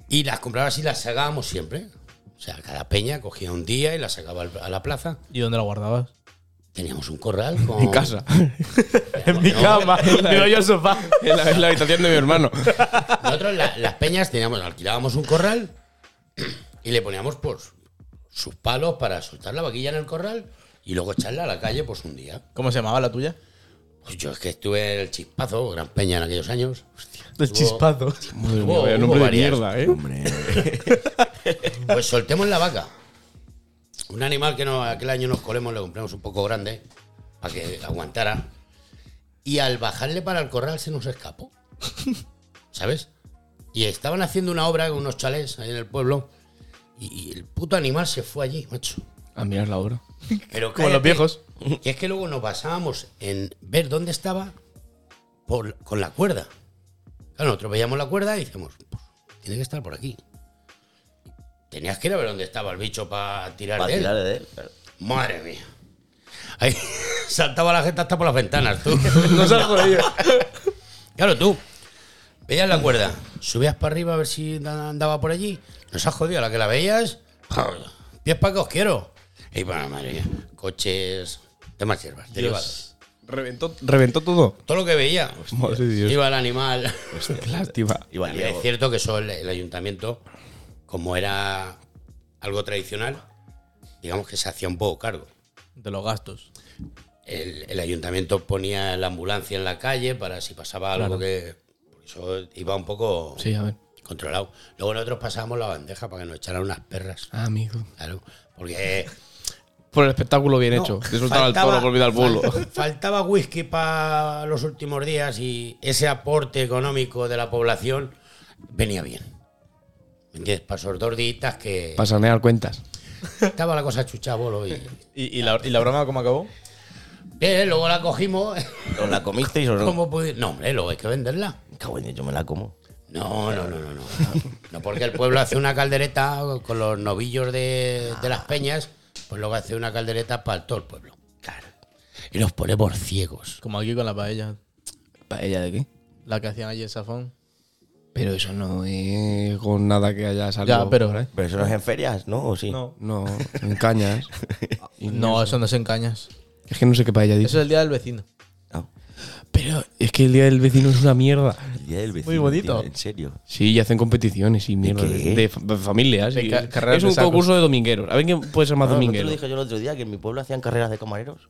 D: Y las comprabas y las sacábamos siempre. O sea, cada peña cogía un día y las sacaba al- a la plaza.
B: ¿y dónde la guardabas?
D: Teníamos un corral con.
C: En casa.
B: En mi cama, digo yo sofá.
C: en, la, en la habitación de mi hermano.
D: Nosotros la- las peñas teníamos, alquilábamos un corral y le poníamos pues sus palos para soltar la vaquilla en el corral y luego echarla a la calle pues un día.
B: ¿Cómo se llamaba la tuya?
D: Pues yo es que estuve en el chispazo, Gran Peña en aquellos años.
B: El chispazo.
C: Madre mía,
D: Hubo-
C: vaya
D: hubo
C: nombre de
D: varias.
C: mierda, ¿eh?
D: Pues soltemos la vaca. Un animal que no, aquel año nos colemos, le compramos un poco grande para que aguantara. Y al bajarle para el corral se nos escapó. ¿Sabes? Y estaban haciendo una obra con unos chalés ahí en el pueblo. Y, y el puto animal se fue allí, macho.
C: A mirar la hora.
D: Pero
B: Como los
D: cállate.
B: viejos.
D: Y es que luego nos basábamos en ver dónde estaba por- con la cuerda. Claro, nosotros veíamos la cuerda y decíamos, "Pues, tiene que estar por aquí. Tenías que ir a ver dónde estaba el bicho para tirar
A: Para
D: de él.
A: tirar de él.
D: Madre mía. Ahí saltaba la gente hasta por las ventanas, tú.
B: No salgo de ellos.
D: Claro, tú. Veías la cuerda, subías para arriba a ver si na- andaba por allí. Nos has jodido, a la que la veías. Pies para que os quiero. Y bueno, madre mía. Coches, demás hierbas, derivados.
C: Reventó, reventó todo.
D: Todo lo que veía.
C: Madre de Dios.
D: Iba el animal.
C: Qué lástima.
A: Iba
D: También
A: Diego.
D: es cierto que eso el, el ayuntamiento, como era algo tradicional, digamos que se hacía un poco cargo.
B: De los gastos.
D: El, el ayuntamiento ponía la ambulancia en la calle para si pasaba algo que. porque Eso iba un poco
C: Sí, a ver.
D: controlado. Luego nosotros pasábamos la bandeja para que nos echaran unas perras.
C: Ah, amigo.
D: Claro. Porque.
C: Por el espectáculo bien hecho. Te soltaba el toro por vida al pueblo.
D: fal- Faltaba whisky para los últimos días y ese aporte económico de la población venía bien. ¿Me entiendes? Para esos dos días que
C: Para sanear cuentas.
D: estaba la cosa chuchabolo y.
B: ¿Y, y la, y la broma cómo acabó?
D: Bien, luego la cogimos.
A: ¿Os la comisteis o no?
D: ¿Cómo pudi- No, hombre, luego hay que venderla.
A: Cago en Dios, yo me la como.
D: No, no, no, no, no. No porque el pueblo hace una caldereta con los novillos de, de las peñas, pues luego hace una caldereta para todo el pueblo. Claro. Y los ponemos ciegos.
B: Como aquí con la paella.
C: ¿Paella de qué?
B: La que hacían allí en Safón.
C: Pero eso no es con nada que haya salido.
B: Ya, pero.
C: por ahí.
A: Pero eso no es en ferias, ¿no? ¿O sí?
B: No.
C: No, en cañas.
B: No, eso no se encañas.
C: Es que no sé qué paella dice.
B: Eso es el día del vecino.
A: Ah,
C: Pero es que el día del vecino es una mierda.
A: el día del vecino.
B: bonito.
A: tío, en serio.
C: Sí, y hacen competiciones y mierda.
A: qué?
C: De, de fa- de familias.
B: De
C: y-
B: ca- carreras
C: es
B: de
C: un
B: sacos.
C: concurso de domingueros. A ver quién puede ser más
A: Ah, ¿no te
C: dominguero.
A: lo dije yo el otro día que en mi pueblo hacían carreras de camareros.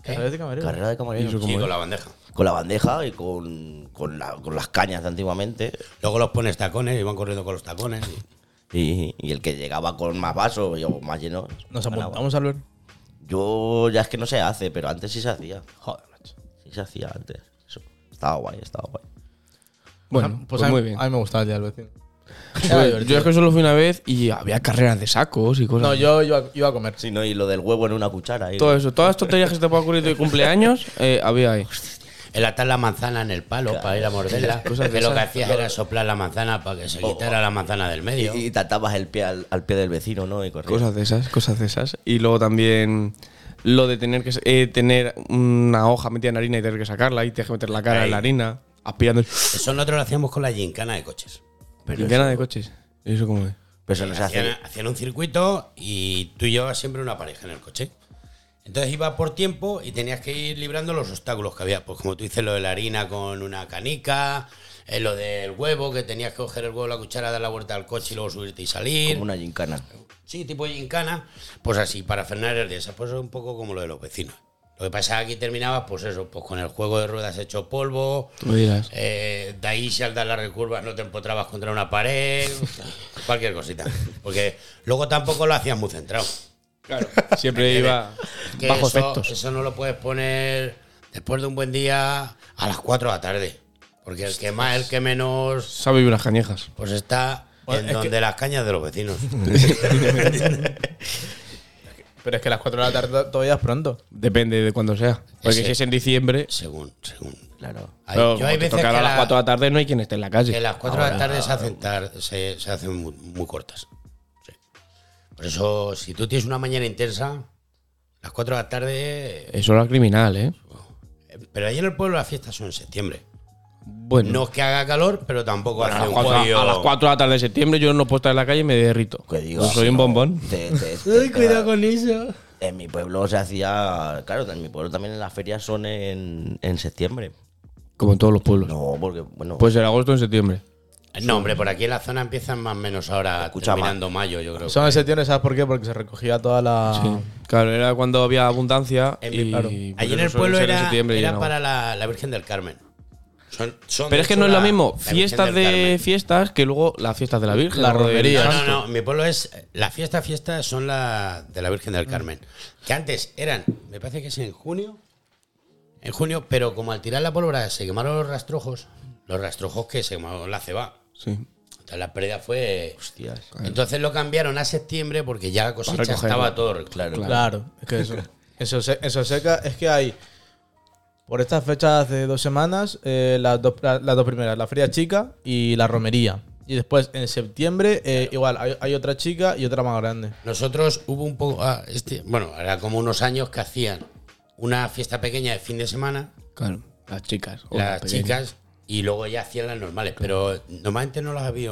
B: ¿Carrera de camarero?
A: Carrera de camarero.
C: ¿Y eso
A: Sí,
D: Sí,
A: con,
D: con
A: la,
D: la bandeja.
A: con la bandeja y con, con la- con las cañas de antiguamente.
D: Luego los pones tacones y van corriendo con los tacones. y-
A: Y, y el que llegaba con más vasos y- o más llenos.
B: Nos
A: ganaba.
B: apuntamos, Albert.
A: Yo ya es que no se hace, pero antes sí se hacía.
B: Joder, macho.
A: Sí se hacía antes. Eso. Estaba guay, estaba guay.
C: Bueno,
B: Ah,
C: pues,
B: a mí,
C: muy bien.
B: A mí me gustaba el día del vecino. Era
C: Pues, yo
B: divertido.
C: es que solo fui una vez y había carreras de sacos y cosas.
B: No, yo iba, iba a comer.
A: Sí, ¿no? Y lo del huevo en una cuchara. ahí.
C: Todo eso, todas las tonterías que se te pueda ocurrir de cumpleaños, eh, había ahí.
D: El atar la manzana en el palo para ir a morderla.
C: Cosas de
D: que lo que
C: esas.
D: hacías era soplar la manzana para que se quitara la manzana del
A: Y,
D: medio.
A: y tatabas el pie al, al pie del vecino, ¿no? Y corrías.
C: Cosas de esas, cosas de esas. Y luego también lo de tener que eh, tener una hoja metida en harina y tener que sacarla y tener que meter la cara en la
D: Ahí.
C: harina, aspirando.
D: Eso nosotros lo hacíamos con la gincana de coches.
C: Pero llena de coches. ¿Eso cómo es?
A: Pero eso no se hace.
D: Hacían, hacían un circuito y tú llevabas siempre una pareja en el coche. Entonces ibas por tiempo y tenías que ir librando los obstáculos que había. Pues como tú dices, lo de la harina con una canica, eh, lo del huevo, que tenías que coger el huevo, la cuchara, dar la vuelta al coche y luego subirte y salir.
A: Como una gincana.
D: Sí, tipo gincana. Pues así, para frenar de esas, pues es un poco como lo de los vecinos. Lo que pasa es que aquí terminabas, pues eso, pues con el juego de ruedas hecho polvo.
C: Tú dirás.
D: eh, de ahí, si al dar las recurvas no te empotrabas contra una pared. cualquier cosita. Porque luego tampoco lo hacías muy centrado.
C: Siempre iba
D: Que
C: bajo
D: eso,
C: efectos.
D: eso no lo puedes poner después de un buen día a las 4 de la tarde. Porque el que más, el que menos,
C: Sabe vivir las cañejas.
D: pues está
B: Bueno,
D: en
B: es
D: donde las cañas de los vecinos.
B: Pero es que a las 4 de la tarde todavía es pronto.
C: Depende de cuándo sea. Porque
D: Ese-
C: si es en diciembre,
D: según, según.
A: Claro.
D: Ay,
C: pero
D: yo
C: como
D: hay
C: te
D: veces
C: toca
D: que
C: a las
D: la-
C: 4 de la tarde no hay quien esté en la calle.
D: Que las 4 de la tarde se hacen, tar- se, se hacen muy, muy cortas. Sí. Por eso, si tú tienes una mañana intensa, las 4 de la tarde. eh,
C: Eso era criminal, ¿eh?
D: Pero ahí en el pueblo las fiestas son en septiembre.
C: Bueno,
D: No es que haga calor, pero tampoco
C: a,
D: hace
C: las
D: un
C: 4,
D: frío.
C: a las 4 de la tarde de septiembre yo no puedo estar en la calle y me derrito.
A: Que digo,
C: Yo Pues soy un
A: no,
C: bombón.
A: te- te- te-
B: con eso.
A: En mi pueblo se hacía. Claro, en mi pueblo también las ferias son en, en septiembre.
C: Como en todos los pueblos.
A: No, porque, bueno.
C: Pues en agosto o en septiembre.
D: No, hombre, por aquí en la zona empiezan más o menos ahora,
A: Escucha,
D: terminando mayo, yo creo.
B: Son excepciones, ¿sabes por qué? Porque se recogía toda la.
C: Claro, era cuando había abundancia.
D: Ah. En
C: y, pues
D: mi-
C: claro.
D: Allí en el pueblo era, era para la, la Virgen del Carmen. Son- son,
C: Pero
D: de
C: es que
D: hecho,
C: no es lo
D: la- la
C: mismo
D: Virgen
C: fiestas
D: del
C: de
D: Carmen.
C: fiestas que luego las fiestas de la Virgen.
B: La
C: o del
B: romería.
D: No,
C: santo.
D: no, no. Mi pueblo es. La fiesta, fiesta son la de la Virgen del Carmen. Que antes eran, me parece que es en junio. En junio, pero como al tirar la pólvora se quemaron los rastrojos, los rastrojos que se quemaron la ceba.
C: Sí.
D: Entonces la pérdida fue.
A: hostias.
D: Entonces lo cambiaron a septiembre porque ya la cosecha
C: recogerlo.
D: estaba todo. re- Claro.
B: Claro, es que eso. Eso, se- eso seca. Es que hay. Por estas fechas hace dos semanas, eh, las, dos, la- las dos primeras, la Feria Chica y la Romería. Y después en septiembre, eh, igual, hay, hay otra chica y otra más grande.
D: Nosotros hubo un poco. ah, este, bueno, era como unos años que hacían una fiesta pequeña de fin de semana
C: Claro. Las chicas. o
D: las
C: pequeñas.
D: chicas y luego ya hacían las normales, pero normalmente no las había.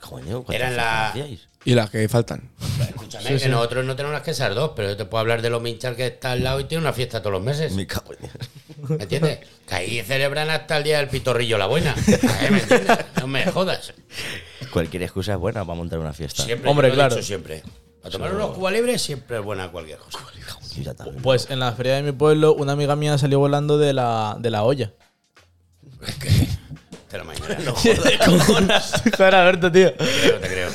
A: Coño, ¿cuántas
D: Eran
A: fiestas
D: la-
A: hacíais?
C: Y las que faltan.
D: Escúchame, que nosotros no tenemos que ser dos, pero yo te puedo hablar de los minchar que está al lado y tiene una fiesta todos los meses.
A: Me cago en-
D: ¿Me entiendes? Que ahí celebran hasta el día del pitorrillo la buena. ¿eh? ¿Me entiendes? No me jodas.
A: Cualquier excusa es buena para montar una fiesta.
D: Siempre,
B: Hombre,
D: yo lo he
B: claro.
D: dicho siempre. A tomar unos cuba libres siempre es buena cualquier cosa.
A: Yo ya también.
B: Pues en la feria de mi pueblo, una amiga mía salió volando de la, de la olla.
D: Es que te la mañana. No
B: Joder, Alberto, tío.
D: creo, te creo.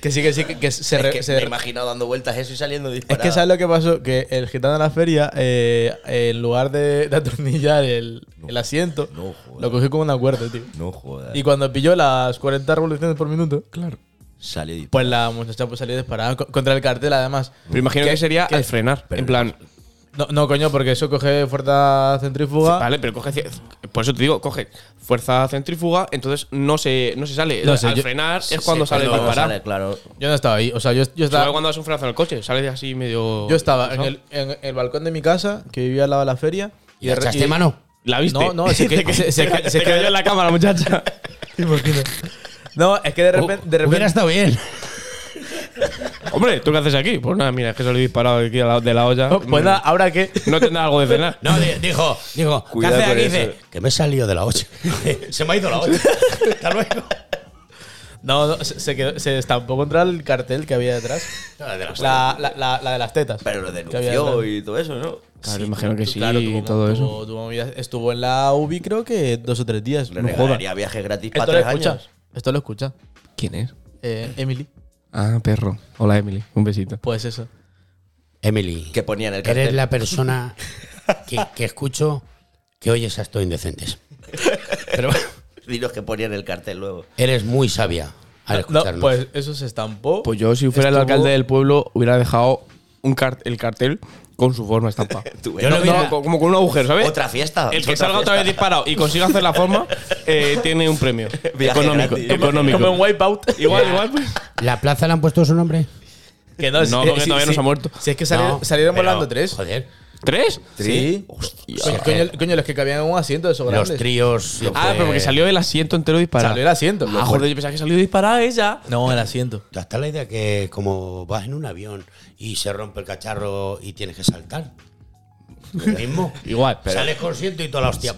B: Que sí, que sí, que, que se, re-
A: Es que
B: se
A: me he
B: re-
A: imaginado dando vueltas eso y saliendo
B: Es
A: disparado.
B: que sabes lo que pasó, que el gitano de la feria, eh, en lugar de, de atornillar el, el asiento,
A: No, joder.
B: lo cogió con una cuerda, tío.
A: No jodas.
B: Y cuando pilló las 40 revoluciones por minuto, claro.
A: Salió disparado.
B: pues la muchacha pues, salió disparada co- contra el cartel, además.
C: Pero imagino
B: ¿Qué-
C: que sería
B: qué- pues,
C: al frenar. En plan,
B: No, no, coño, porque eso coge fuerza centrífuga.
C: Vale, pero coge. ci- Por eso te digo, coge fuerza centrífuga, entonces no se, no se sale.
B: No sé,
C: al
B: yo-
C: frenar es cuando sale
A: Cuando
C: disparado.
A: sale, claro.
B: Yo no estaba ahí, o sea, yo, yo
C: Igual
B: estaba,
C: cuando das un frenazo en el coche, sale así medio.
B: yo estaba en,
C: ¿no?
B: el, en el balcón de mi casa, que vivía al lado de la feria.
D: ¿Y le
B: de re-
D: echaste mano?
C: ¿La viste?
B: No, no, se que- se- se-
C: Te
B: se-
C: cayó en la cámara, muchacha.
B: No, es que de repente. De repente
D: Hubiera estado bien.
C: Hombre, ¿tú qué haces aquí? Pues nada, mira, es que salí disparado aquí a la- de la olla.
B: Oh, pues nada, ahora que.
C: No tendrá algo de cenar.
D: No, di- dijo, dijo, ¿qué
A: Cuidado
D: haces
A: con
D: aquí?
A: eso.
D: Dice, que me he salido de la 8. Se me ha ido la 8. Hasta luego.
B: No, no, se, se quedó, se estampó contra el cartel que había detrás.
D: No, de la ocho.
B: La, la- la- la de las tetas.
A: Pero lo
B: que había
A: denunció
B: detrás.
A: y todo eso, ¿no?
C: Claro, imagino que sí
B: claro,
C: y
B: tuvo-
C: todo eso.
B: tuvo- tuvo movidas. estuvo en la UBI creo que dos o tres días.
A: Le
B: No jodas.
A: regalaría viajes gratis para
B: Esto lo
A: tres
B: escucha.
A: años.
B: Esto lo escucha.
C: ¿Quién es?
B: Eh, Emily.
C: Ah, perro. Hola, Emily. Un besito.
B: Pues eso.
D: Emily,
A: Que ponía en el cartel.
D: eres la persona que, que escucho que oye esas todo indecentes. Pero bueno,
A: Dinos que ponía en el cartel luego.
D: eres muy sabia al
B: No,
D: escucharnos.
B: pues eso se estampó.
C: Pues yo, si fuera el
B: Estuvo-
C: alcalde del pueblo, hubiera dejado un cart- el cartel con su forma estampada.
A: Tú,
D: Yo
A: ¿no?
D: lo hubiera-
C: No, co- como con un agujero, ¿sabes?
A: Otra fiesta.
C: El que salga otra vez disparado y consiga hacer la forma, eh, tiene un premio.
A: Viaje
C: económico.
A: gratis.
C: económico.
B: Como en Wipeout.
C: Igual, igual, pues.
D: ¿La plaza le han puesto su nombre?
B: Que no,
C: No, porque todavía no se ha muerto.
B: Si es que sali-
D: No,
B: salieron
D: pero,
B: volando tres.
D: Joder,
C: ¿Tres?
B: Sí. Coño, coño, coño, los que cabían en un asiento de esos
D: los
B: grandes.
D: tríos. lo
C: Ah,
D: fue-
C: pero porque salió el asiento entero disparado.
B: Salió el asiento.
C: Ah, joder, yo pensaba que salió disparada ella.
B: No, el asiento.
D: Hasta la idea que como vas en un avión y se rompe el cacharro y tienes que saltar. Lo mismo.
C: Igual,
D: Sales consciente y toda la hostia.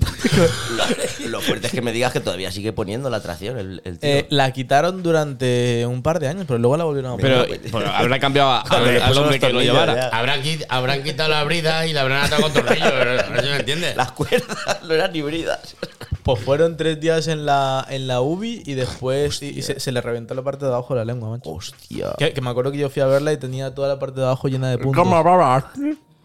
A: Lo, lo fuerte es que me digas que todavía sigue poniendo la atracción el, el tío.
B: Eh, la quitaron durante un par de años, pero luego la volvieron a
C: Pero,
B: poner.
C: pero habrá cambiado a, a-
A: pues. Joder, pues
C: al
A: son
C: hombre
A: los
C: que lo
A: tornillos,
C: llevara.
A: ya.
D: habrán, qui- habrán quitado la brida y la habrán atado con tornillo. pero No se me entiende.
A: Las cuerdas no eran híbridas.
B: Pues fueron tres días en la, en la UBI y después y- y se, se le reventó la parte de abajo de la lengua, macho.
A: Hostia.
B: Que, que me acuerdo que yo fui a verla y tenía toda la parte de abajo llena de puntos.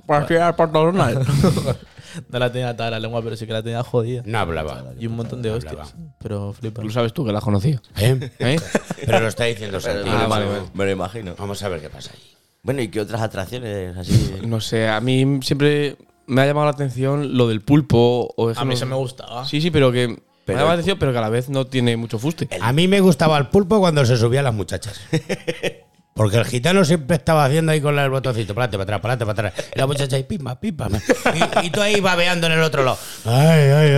B: pues no la tenía atada la lengua, pero sí que la tenía jodida.
D: No hablaba.
B: Y un montón de hostias. Pero flipa.
C: Lo sabes tú que la has conocido.
D: ¿Eh?
C: ¿Eh?
D: Pero lo está diciendo Santi.
A: Ah,
D: no
A: vale,
D: sé.
A: vale. Me lo imagino.
D: Vamos a ver qué pasa ahí.
A: Bueno, ¿y qué otras atracciones así?
C: No sé, a mí siempre me ha llamado la atención lo del pulpo. O es que
B: A mí
C: no-
B: se me gustaba.
C: Sí, sí, Ah. pero que me
A: Pero
C: ha llamado la
A: el-
C: atención, pero que a la vez no tiene mucho fuste.
D: A mí me gustaba el pulpo cuando se subían las muchachas. Porque el gitano siempre estaba haciendo ahí con el botoncito, para adelante, para atrás, para adelante, para atrás. Y la muchacha ahí, pimba, pimba. Y, y tú ahí babeando en el otro lado. Ay, ay,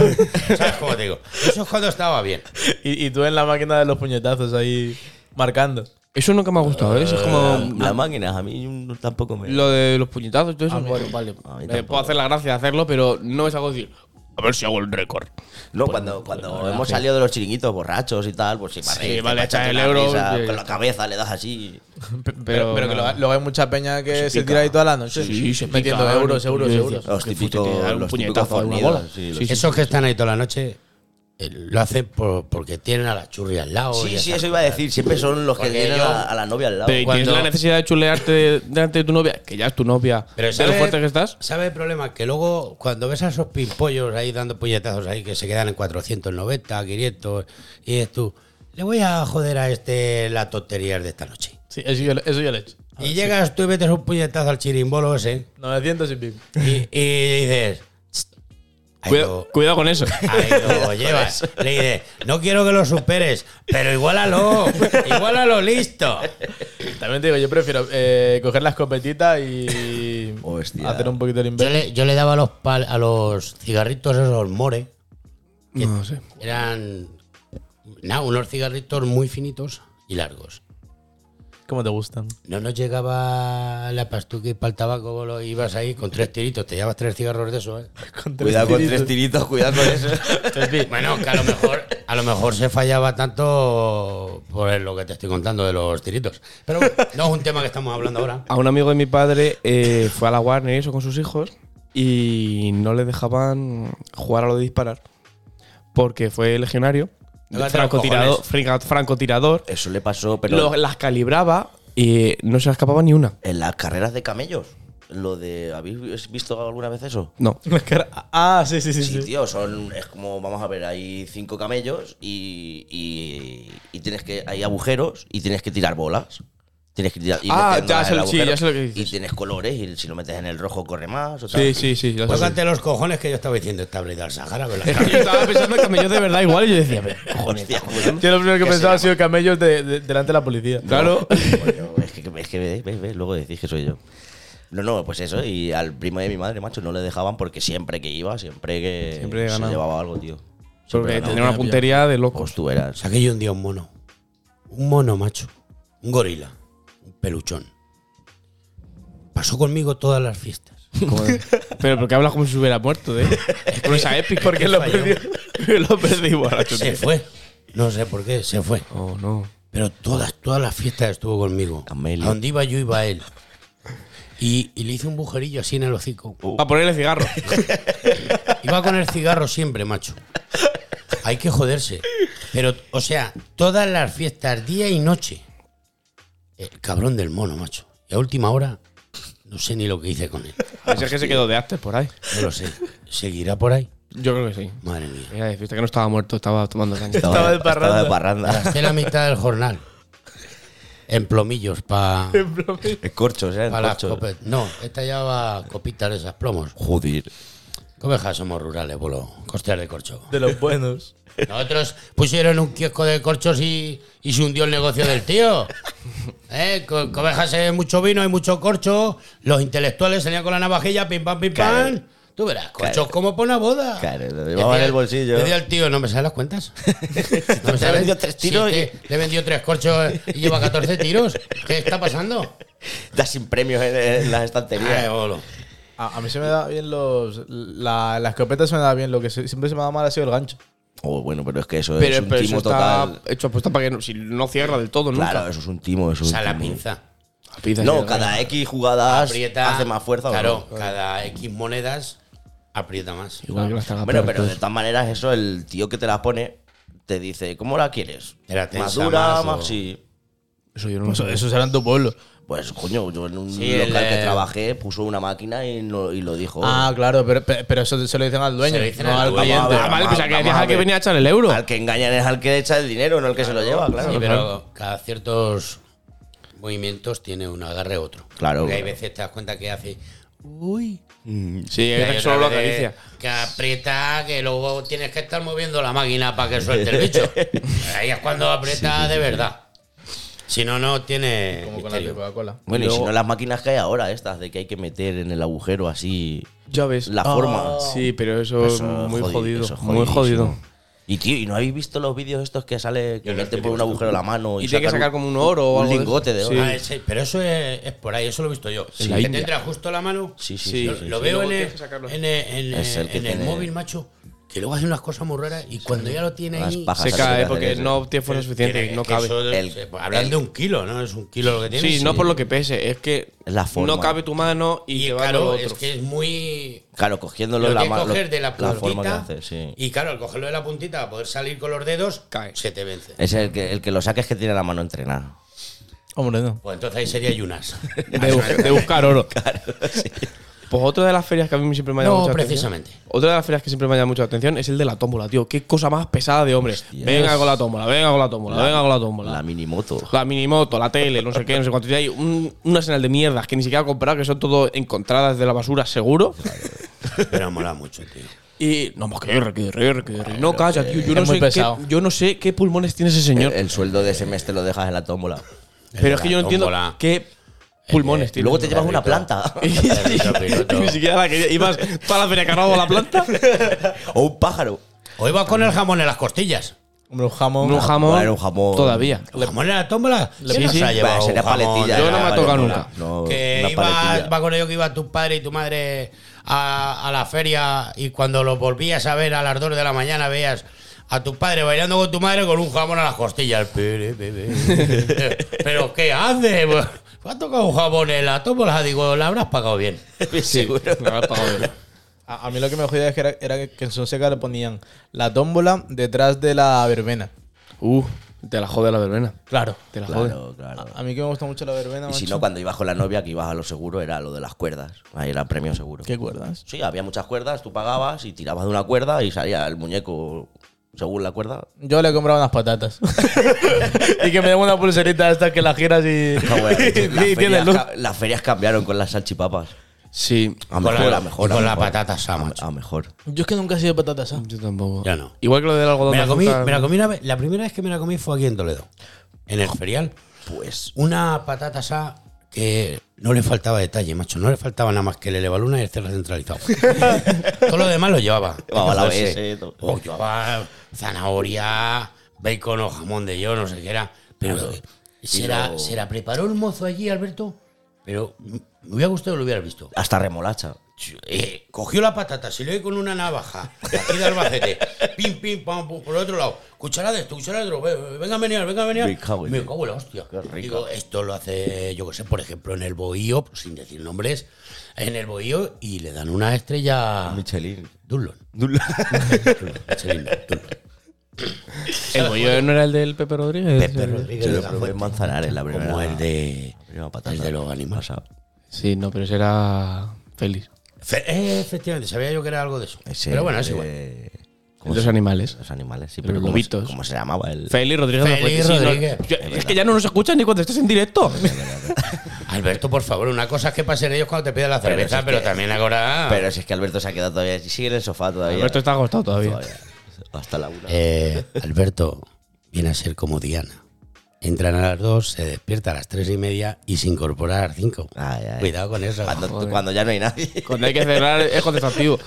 D: ay. ¿Sabes cómo te digo? Eso es cuando estaba bien.
B: Y, y tú en la máquina de los puñetazos ahí marcando.
C: Eso nunca me ha gustado, ¿eh? eso es como
A: Las máquinas, a mí no- tampoco me.
C: lo de los puñetazos y todo eso.
B: A mí-
C: bueno, Ah, vale.
A: a mí
C: me
A: tampoco.
C: puedo hacer la gracia de hacerlo, pero no es algo de decir, a ver si hago el récord.
A: No, cuando, cuando hemos salido de los chiringuitos borrachos y tal, pues si para reírte,
C: vale,
A: para echarte
C: echar el
A: la
C: euro, eh.
A: risa,
C: que-
A: Con la cabeza le das así.
B: Pero, pero, que
C: nada.
B: lo- luego hay mucha peña que se,
C: pica.
B: tira ahí toda la noche.
C: Sí, se pica.
B: Metiendo euros, euros,
C: Yo
B: euros.
C: decía,
A: Los
C: "Qué
A: típicos-
C: fuerte, te da un
A: los
C: puñetazo
A: típicos
C: a una
A: fornidos,
C: bola".
A: sí, los-
C: Sí, sí,
D: Esos que están ahí toda la noche eh, lo hacen por- porque tienen a la churri al lado. y
A: Sí, sí,
D: esas
A: eso iba a
D: cosas.
A: decir. Siempre son los que
D: Porque
A: tienen
D: yo-
A: a, a la novia al lado.
C: Pero ¿y tienes
D: Cuando-
C: la necesidad de chulearte delante de tu novia, que ya es tu novia,
D: Pero
C: de lo
D: ¿sabe-
C: fuerte que estás.
D: ¿Sabe el problema? Que luego, cuando ves a esos pimpollos ahí dando puñetazos ahí que se quedan en 490, 500, y dices tú, le voy a joder a este las tonterías de esta noche.
B: Sí, eso yo, eso yo le he hecho.
D: Y llegas tú y metes un puñetazo al chirimbolo ese,
B: 900 y pico.
D: y, y dices, "Tst, ahí
C: Cuidado,
D: lo-
C: cuidado con eso.
D: ahí lo llevas. Le dices, no quiero que lo superes, pero igualalo, igualalo, listo.
B: También te digo, yo prefiero eh, coger la escopetita y
A: Hostia.
B: hacer un poquito el
D: Yo
B: imbécil.
D: le, yo le daba a los, pal- a los cigarritos esos more.
C: No sé.
D: Eran nada, unos cigarritos muy finitos y largos.
B: ¿Cómo te gustan?
D: No nos llegaba la pastuca y para el tabaco, lo ibas ahí con tres tiritos, te llevas tres cigarros de eso, ¿eh?
A: cuidado con tres tiritos, cuidado con eso.
D: Bueno, que a lo mejor, a lo mejor se fallaba tanto por lo que te estoy contando de los tiritos. Pero bueno, no es un tema que estamos hablando ahora.
C: A un amigo de mi padre eh, fue a la Warner y eso con sus hijos y no le dejaban jugar a lo de disparar porque fue legionario,
D: No le atrae los
C: francotirador,
D: cojones.
C: franca- francotirador
A: Eso le pasó, pero
C: lo- las calibraba y no se le escapaba ni una.
A: en las carreras de camellos. Lo de. ¿Habéis visto alguna vez eso?
C: No.
B: Ah, sí, sí, sí.
A: Sí,
B: sí.
A: tío, son, es como, vamos a ver, hay cinco camellos y, y, y tienes que, hay agujeros y tienes que tirar bolas. Tienes que tirar. y
C: Ah,
A: metiéndolas
C: ya
A: en
C: sé
A: el
C: lo- sí,
A: agujero.
C: ya sé lo que dices.
A: Y tienes colores y si lo metes en el rojo corre más. O
C: Sí,
A: tal.
C: sí, Pues sí. ya sé.
D: Tócate los cojones que yo estaba diciendo esta brida al Sahara, que la-
C: Es que yo estaba pensando en camellos de verdad igual y yo decía, "Pero, cojones,
A: Hostia,
B: Yo lo primero que pensaba ha sido camellos de- de- delante de la policía.
C: claro.
A: Coño, es que, es que ves, ves, ves, luego decís que soy yo. No, no, pues eso, y al primo de mi madre, macho, no le dejaban porque siempre que iba, siempre que
C: Siempre
A: se
C: ganaba.
A: llevaba algo, tío.
C: Porque
A: ganaba.
C: tenía una puntería de locos.
A: Pues tú eras.
D: Saqué yo un día un mono. Un mono, macho. Un gorila. Un peluchón. Pasó conmigo todas las fiestas.
C: Pero porque hablas como si se hubiera muerto, ¿eh? Con esa épica. Porque
D: lo perdió.
C: lo perdí, borracho.
D: Se fue. No sé por qué, se fue.
C: Oh, no.
D: Pero todas, todas las fiestas estuvo conmigo.
A: Camelio.
D: A donde iba yo iba él. Y, y le hice un bujerillo así en el hocico.
C: A ponerle cigarro.
D: Iba con el cigarro siempre, macho. Hay que joderse. Pero, o sea, todas las fiestas, día y noche. El cabrón del mono, macho. Y a última hora, no sé ni lo que hice con él.
C: A ver si es que se quedó de antes por ahí.
D: No lo sé. ¿Seguirá por ahí?
C: Yo creo que sí.
D: Madre mía.
C: Era de fiesta que no estaba muerto, estaba tomando caña.
B: Estaba de parranda.
A: Estaba de parranda.
D: Gasté la mitad del jornal. En plomillos para
A: Es corcho, o sea, es
D: las
A: corcho.
D: copetas. No, esta llevaba copitas de esas plomos.
A: Joder.
D: Cobejas somos rurales, boludo. Costear de corcho.
B: De los buenos.
D: Nosotros pusieron un kiosco de corchos y, y se hundió el negocio del tío. ¿Eh? Co- Cobejas es mucho vino, hay mucho corcho. Los intelectuales salían con la navajilla, pim pam, pim pam.
A: Claro.
D: Tú verás, corchos
A: Claro.
D: como por una boda.
A: Claro, lo
D: Le
A: llevaba en
D: di-
A: el bolsillo.
D: Le di al tío, no me salen las cuentas. No me
A: te ha
D: salen.
A: vendido tres tiros
D: Sí,
A: y-
D: es que Le he vendido tres corchos y lleva 14 tiros. ¿Qué está pasando? Ah.
A: Estás sin premios en, en las
D: Ay,
A: estanterías.
D: bolo.
B: A, a mí se me da bien los. La, la escopeta se me da bien. Lo que se- siempre se me ha dado mal ha sido el gancho.
A: Oh, bueno, pero es que eso es
C: Pero,
A: un
C: pero eso
A: timo
C: está
A: total.
C: hecho apuesta para que no, si no cierra del todo nunca.
A: Claro, eso es un timo, eso
D: O
A: es
D: sea,
A: un
D: la
A: timo.
D: pinza.
C: Pizza
A: No,
C: sí,
A: cada X jugadas
D: Aprieta.
A: hace más fuerza. ¿o
D: Claro,
A: no?
D: cada X monedas aprieta más.
C: Igual que
A: Bueno,
C: las tragaperras,
A: pero de
C: entonces.
A: todas maneras, eso, el tío que te la pone, te dice, ¿cómo la quieres?
D: Era tensa,
A: ¿Más dura?
D: más o-
A: Más, sí.
C: Eso yo no lo
B: Eso,
C: sé.
B: Pues eso será en tu pueblo.
A: Pues, coño, yo en un
D: Sí,
A: local
D: el,
A: que
D: eh,
A: trabajé puso una máquina y, no- y lo dijo.
B: Ah, claro, pero, pero- pero eso se lo dicen al dueño,
D: Se lo dicen
B: no
D: al
B: al
D: dueño.
B: cliente.
A: Vamos a
C: Ah, vale,
A: vamos
C: pues
A: a-
C: aquí
A: vamos a
C: al que
A: ver.
C: venía a echar el euro.
A: Al que engañan es al que echa el dinero, no al que se lo lleva, claro.
D: Sí, pero cada ciertos movimientos tiene un agarre otro.
A: Claro,
D: Porque hay
A: claro.
D: veces te das cuenta que hace. Uy.
C: Mm, Sí,
D: Y hay
C: que
D: otras
C: solo lo
D: veces
C: acaricia.
D: Que aprieta, que luego tienes que estar moviendo la máquina para que suelte el bicho. Ahí es cuando aprieta de verdad. Si no, no tiene.
B: Como con la de
D: misterio.
B: Coca-Cola.
A: Bueno, y si no las máquinas que hay ahora, estas de que hay que meter en el agujero así.
C: Ya ves. Ah,
A: La forma.
C: Sí, pero eso es
A: Eso es
C: muy
A: jodi-
C: jodido.
A: eso es
C: muy jodido.
A: jodidísimo. Y tío, ¿y no habéis visto los vídeos estos que sale que
D: Yo los
A: meten
D: que
A: por un
D: digo.
A: agujero la mano y,
C: Y tiene que sacar como un oro
A: un
C: o algo de eso.
A: lingote de oro?
C: Sí.
D: Ah, ese- pero eso es, es por ahí, eso lo he visto yo.
C: la
D: que
C: India.
D: tendrá justo la mano.
A: Sí, sí,
C: Sí.
A: sí.
D: Yo
A: sí,
D: lo
A: sí.
D: veo
C: Luego
D: en el,
C: tienes que sacarlo.
D: en el- en
A: Es el
D: el-
A: que
D: en el
A: tiene-
D: móvil, macho, que luego hace unas cosas muy raras y cuando ya lo tiene
A: Unas
D: ahí.
A: pajas.
C: Se
A: Ajá,
C: cae
A: sí,
C: porque
A: sí, sí.
C: no tiene fuerza suficiente,
D: tiene-
C: no
D: que
C: cabe.
D: eso-
A: El-
D: se- pues, hablan de un kilo, ¿no? Es un kilo lo que tiene.
C: Sí, no por lo que pese, es que
A: Es la forma.
C: no cabe tu mano y,
D: Y
C: te va lo
D: claro,
C: otro.
D: es que es muy.
A: Claro, cogiéndolo
D: lo
A: la
D: que
A: mano.
D: coger de la puntita.
A: forma que hace, sí.
D: Y claro, al cogerlo de la puntita para poder salir con los dedos,
C: Cae.
D: se te vence.
A: Es el que, el que lo saques que tiene la mano entrenada.
B: Hombre, no.
D: Pues entonces ahí sería Yunas.
C: De, bu- de buscar oro. Pues otra de las ferias que a mí siempre me ha llamado
D: No,
C: mucho la
D: precisamente.
C: atención- Otra de las ferias que siempre me ha llamado mucho la atención es el de la tómbola, tío. Qué cosa más pesada de hombre. Venga con la tómbola, venga con la tómbola, venga con la tómbola.
A: La minimoto.
C: La minimoto, la tele, no sé qué, no sé cuánto. Y hay un, un arsenal de mierdas que ni siquiera he comprado, que son todo encontradas de la basura, seguro.
D: Pero mola mucho, tío.
C: Y no, más que re, que re, que re. No, calla, tío. Yo
B: es
C: no,
B: muy
C: sé qué,
B: pesado.
C: yo no sé qué pulmones tiene ese señor.
A: El, el sueldo de ese mes te lo dejas en la tómbola.
C: pero es que yo no entiendo
D: tómbola.
C: qué pulmones
A: Y
C: tiene.
A: luego te llevas una
D: perrito.
A: planta.
D: piloto.
C: Ni siquiera la que ibas toda la feria cargado a la planta.
A: o un pájaro.
D: Hoy va con el jamón en las costillas.
B: Hombre, un jamón.
C: Un jamón,
A: Bueno, un jamón.
C: Todavía.
D: ¿El jamón en la tómbola?
C: Sí,
D: ¿Quién nos
C: sí.
D: ha llevado
A: Bah, sería
D: un jamón?
A: paletilla.
C: Yo no me ha
A: la
C: tocado
A: paletilla.
C: nunca.
A: No,
D: que
A: una
D: iba,
A: paletilla.
D: va con ello que iba tu padre y tu madre a, a la feria y cuando lo volvías a ver a las 2 de la mañana veías a tu padre bailando con tu madre con un jamón a las costillas. Pere, pere, pere. Pero ¿qué hace? Me ha tocado un jamón en la tómbola. Digo, la habrás pagado bien.
A: Pues Seguro.
C: Me habrás pagado bien.
B: A, a mí lo que me jodía es que era, era que en Sonseca le ponían la tómbola detrás de la verbena.
C: Uh, te la jode la verbena.
B: Claro.
C: Te la jode.
A: Claro, claro.
B: A mí que me gusta mucho la verbena.
A: Y si
B: macho.
A: no, cuando ibas con la novia, que ibas a lo seguro, era lo de las cuerdas. Ahí era premio seguro.
B: ¿Qué cuerdas?
A: Sí, había muchas cuerdas, tú pagabas y tirabas de una cuerda y salía el muñeco según la cuerda.
B: Yo le he comprado unas patatas. y que me den una pulserita de estas que las giras y,
A: Ah, bueno,
B: y-
A: las,
B: y tiene
A: ferias,
B: luz.
A: ca- las ferias cambiaron con las salchipapas.
C: Sí.
A: A
D: Con
A: mejor,
D: la-
A: a mejor.
D: con
A: a
D: la
A: mejor.
D: patata asada,
A: A-
D: macho.
A: A mejor.
B: Yo es que nunca he sido ¿eh? patata asada.
C: Yo tampoco.
D: Ya no.
C: Igual que lo del algodón.
D: Me la
C: de
D: comí,
C: azúcar.
D: me la comí una vez- la primera vez que me la comí fue aquí en Toledo, en el ferial.
A: Pues.
D: Una patata asada que no le faltaba detalle, macho. No le faltaba nada más que el elevaluna y el cerro centralizado. todo lo demás lo llevaba.
A: Llevaba la
D: Joder,
A: OS, todo.
D: oh, llevaba zanahoria, bacon o jamón de yo, no sé qué era. Pero eh, ¿se, la, se la preparó el mozo allí, Alberto? Pero me hubiera gustado que lo hubieras visto.
A: Hasta remolacha.
D: Eh, cogió la patata, se le dio con una navaja, de aquí de Albacete, pim, pim, pam, pum, por el otro lado, cuchara de esto, cuchara de otro, ve- ve- venga a menear, venga a menear.
A: Me cago en
D: Me
A: Dios.
D: cago en la hostia.
A: Qué rico.
D: Digo, esto lo hace, yo qué sé, por ejemplo, en el bohío, pues, sin decir nombres, en el bohío y le dan una estrella
A: Michelin.
D: Dunlop. Michelin, Dunlop.
C: El bollo no era el del Pepe Rodríguez.
A: Pepe Rodríguez.
D: Se lo
A: Yo lo probé en Manzanares la primera.
D: Como el de,
A: la primera patata.
D: el de los animales.
A: Pasado.
C: Sí, no, pero ese era Félix.
D: Fe- eh, efectivamente, sabía yo que era algo de eso.
A: Ese
D: Pero bueno, es
A: de-
D: igual.
A: ¿cómo
C: De los
A: se-
C: animales.
A: Los animales, sí,
C: De
A: pero
C: los
A: ¿cómo, se-
C: lobitos.
A: ¿cómo se llamaba el
C: Félix Rodríguez. no
D: Félix
C: puede- sí, no-
D: Rodríguez.
C: Yo- es que ya no nos escuchan ni cuando estás en directo.
D: Alberto, por favor, una cosa es que pasen ellos cuando te piden la
A: Pero si
D: cerveza,
A: es
D: pero,
A: que-
D: también ahora.
A: Pero si es que Alberto se ha quedado todavía, sigue en el sofá todavía.
C: Alberto está agotado todavía.
A: Todavía. Hasta la una.
D: Eh, Alberto viene a ser como Diana. Entran a las dos, se despierta a las tres y media y se incorpora a las cinco.
A: Ay, ay.
D: Cuidado con eso.
A: Cuando,
D: Cuando,
A: tú- cuando ya no hay nadie.
C: Cuando hay que cerrar es contestativo.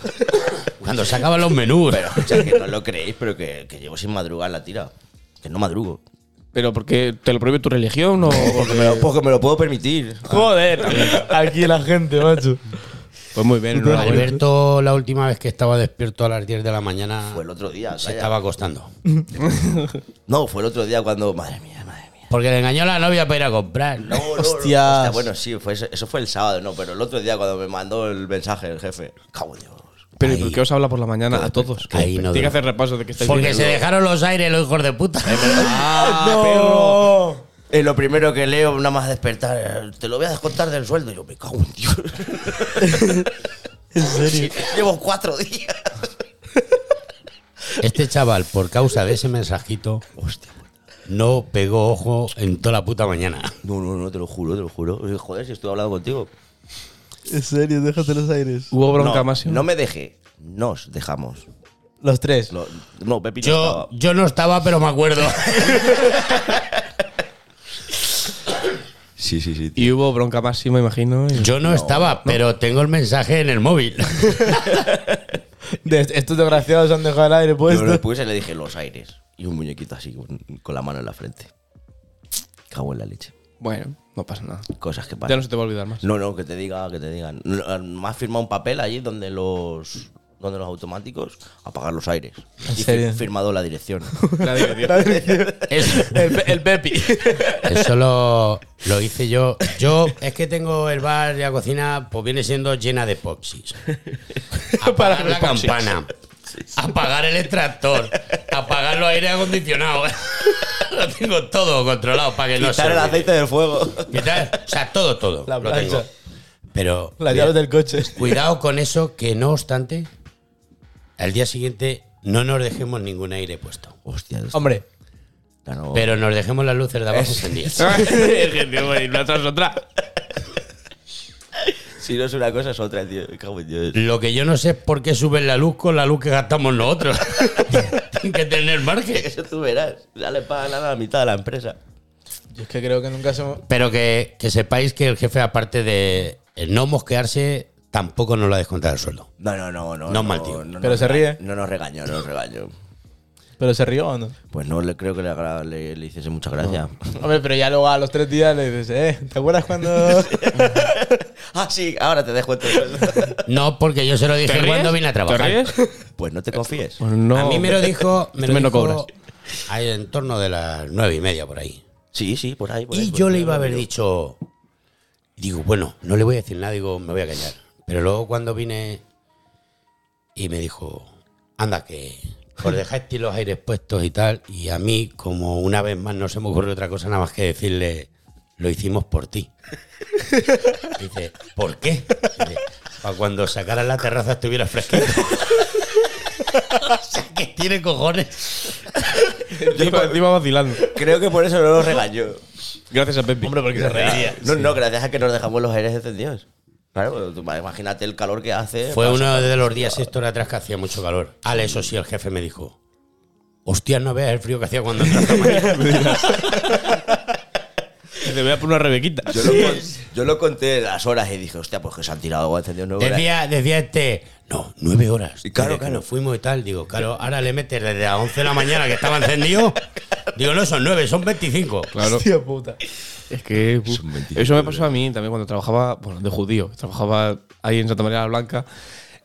D: se acaban los menús.
A: Pero escucha, que no lo creéis, pero que, que llevo sin madrugar la tira. Que no madrugo.
C: ¿Pero porque te lo prohíbe tu religión o...?
A: Porque me lo, porque me lo puedo permitir.
C: Joder.
B: Aquí la gente, macho.
C: Pues muy bien, enhorabuena.
D: Alberto, la última vez que estaba despierto a las 10 de la mañana,
A: Fue el otro día.
D: se
A: calla.
D: estaba acostando.
A: No, fue el otro día cuando. Madre mía, madre mía.
D: Porque le engañó a la novia para ir a comprar.
A: No, no, no.
B: Hostias.
A: Hostia, bueno, sí, fue, eso- eso fue el sábado, no, pero el otro día cuando me mandó el mensaje el jefe. Cago en Dios.
C: Pero ¿y por qué os habla por la mañana a todos?
D: ahí
C: Tiene que
D: no duermo.
C: hacer repaso de que estáis
D: Porque
C: bien.
D: se dejaron los aires, los hijos de puta.
A: Eh, lo primero que leo, nada más despertar, eh, te lo voy a descontar del sueldo. Yo me cago en Dios. ¿En serio? Llevo cuatro días.
D: Este chaval, por causa de ese mensajito, no pegó ojo en toda la puta mañana.
A: No, no, no, te lo juro, te lo juro. Eh, Joder, si estoy hablando contigo.
B: En serio, déjate los aires.
C: Hubo bronca
A: no,
C: más. ¿sí?
A: No me dejé. Nos dejamos.
B: Los tres.
A: Lo- no, Pepi no
D: Yo,
A: estaba.
D: yo no estaba, pero me acuerdo.
A: Sí, sí, sí.
C: Y hubo bronca máxima, imagino. y-
D: Yo no, estaba, pero tengo el mensaje en el móvil.
B: De- estos desgraciados han dejado el aire
A: Yo le
B: puesto.
A: puse y le dije los aires. Y un muñequito así, con, con la mano en la frente. Cago en la leche.
C: Bueno, no pasa nada.
A: Cosas que
C: Ya
A: pasan.
C: no se te va a olvidar más.
A: No, no, que te diga, que te digan. No, eh, Me has firmado un papel allí donde los donde los automáticos apagar los aires.
B: ¿En
A: Y fir-
B: serio?
A: firmado la dirección.
C: La dirección.
D: Eso,
B: El, pe- el Pepi.
D: eso lo, lo hice yo. Yo es que tengo el bar y la cocina, pues viene siendo llena de epoxis. Apagar la campana. Apagar el extractor. Apagar los aire acondicionados. Lo tengo todo controlado para que no se
A: Quitar el
D: olvide.
A: aceite del fuego.
D: Quitar- O sea, todo, todo.
B: La
D: lo tengo.
B: plancha.
D: Pero
B: Las llaves del coche.
D: Cuidado con eso, que no obstante, al día siguiente no nos dejemos ningún aire puesto.
A: Hostia, esto-
B: Hombre,
A: ya no-
D: Pero nos dejemos las luces de abajo encendidas.
C: Gente, güey, una tras otra.
A: si no es una cosa, es otra, tío. Me cago en Dios.
D: Lo que yo no sé es por qué suben la luz con la luz que gastamos nosotros. Tienen que tener margen.
A: Eso tú verás. Ya le pagan a la mitad de la empresa.
B: yo es que creo que nunca se. mo-
D: Pero que, que sepáis que el jefe, aparte de eh, no mosquearse, tampoco nos lo ha descontado el sueldo.
A: No, no, no, no.
D: No, mal, tío.
B: Pero
A: nos
B: se
A: rega-
B: ríe.
A: No nos regañó, no nos regañó.
B: Pero se rió o no.
A: Pues no le creo que le, agra- le- le hiciese mucha gracia.
B: Hombre, pero ya luego a los tres días le dices, eh, ¿te acuerdas cuando.?
A: ah, sí, ahora te dejo esto.
D: No, porque yo se lo dije cuando vine a trabajar.
C: ¿Te ríes?
A: pues no te confíes.
C: Pues no.
D: a mí me lo dijo. Me
C: Tú
D: lo
C: me no
D: dijo
C: cobras.
D: ahí en torno de las nueve y media por ahí.
A: Sí, sí, por ahí. por ahí,
D: Y
A: por
D: yo
A: ahí.
D: le iba a haber dicho, digo, bueno, no le voy a decir nada, digo, me voy a callar. Pero luego cuando vine y me dijo, anda, que os dejasteis los aires puestos y tal, y a mí, como una vez más no se me ocurrió otra cosa nada más que decirle, lo hicimos por ti. Dice, ¿por qué? Dice, para cuando sacaras la terraza estuviera fresquito. o sea, que tiene cojones.
C: Encima encima vacilando.
A: Creo que por eso no nos regañó.
C: Gracias a Pepe. Hombre, porque se
A: Ah, No, no, gracias a que nos dejamos los aires encendidos. Claro, pues, tú imagínate el calor que hace.
D: Fue
A: Pasa-
D: uno de los días esto era atrás que hacía mucho calor. Ale, eso sí, el jefe me dijo. Hostia, no veas el frío que hacía cuando entraste mañana.
C: Te voy a poner una rebequita.
A: Yo lo, con- yo lo conté las horas y dije, hostia, pues que se han tirado agua encendido nuevo.
D: Decía, decía este, no, nueve horas.
A: Y claro,
D: Desde que
A: claro.
D: nos fuimos y tal. Digo, claro, ahora le metes desde las 11 de la mañana que estaba encendido. Digo, no son nueve, son 25.
C: Claro.
B: Hostia puta.
C: Es que uf,
F: Son 25
C: eso me pasó a mí también cuando trabajaba, bueno, de judío, trabajaba ahí en Santa María la Blanca.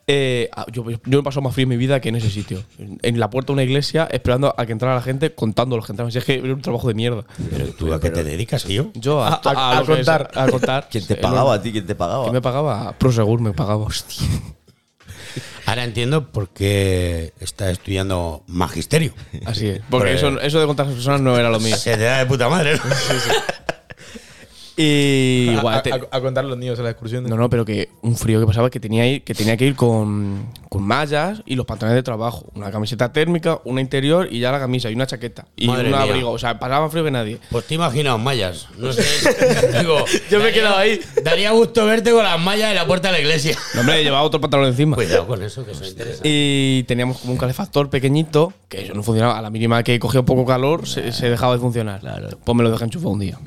C: Eh, ah, yo, yo me he pasado más frío en mi vida que en ese sitio. En, en la puerta de una iglesia, esperando a que entrara la gente, contando a los que entraban. Si es que era un trabajo de mierda.
D: Pero tú a qué te dedicas, tío.
C: Yo a,
B: A- a-
C: lo
B: a
C: que es,
B: contar.
C: a contar.
A: ¿Quién te
C: Eh,
A: pagaba a ti? ¿Quién te pagaba?
C: ¿Quién me pagaba? Prosegur me pagaba. Hostia.
D: Ahora entiendo por qué está estudiando magisterio.
C: Así es. Porque eso, eso de contar a las personas no era lo mío.
D: Se te da de puta madre. ¿no?
C: Y
B: A-
C: guau,
B: a,
C: te-
B: a- a contar los niños en las excursiones.
C: No, no, pero que un frío que pasaba que tenía, ir- que, tenía que ir con, con mallas y los pantalones de trabajo. Una camiseta térmica, una interior y ya la camisa y una chaqueta. Y
D: Madre
C: un
D: mía.
C: abrigo. O sea, pasaba más frío que nadie.
D: Pues te imaginas mallas. No sé. Digo,
C: Yo me he
D: daría-
C: quedado ahí.
D: Daría gusto verte con las mallas en la puerta de la iglesia.
C: No, hombre, llevaba otro pantalón encima.
D: Cuidado con eso, que eso interesa.
C: Y teníamos como un calefactor pequeñito, que eso no funcionaba. A la mínima que cogía un poco calor, se, se dejaba de funcionar. Pues me lo dejé enchufado un día.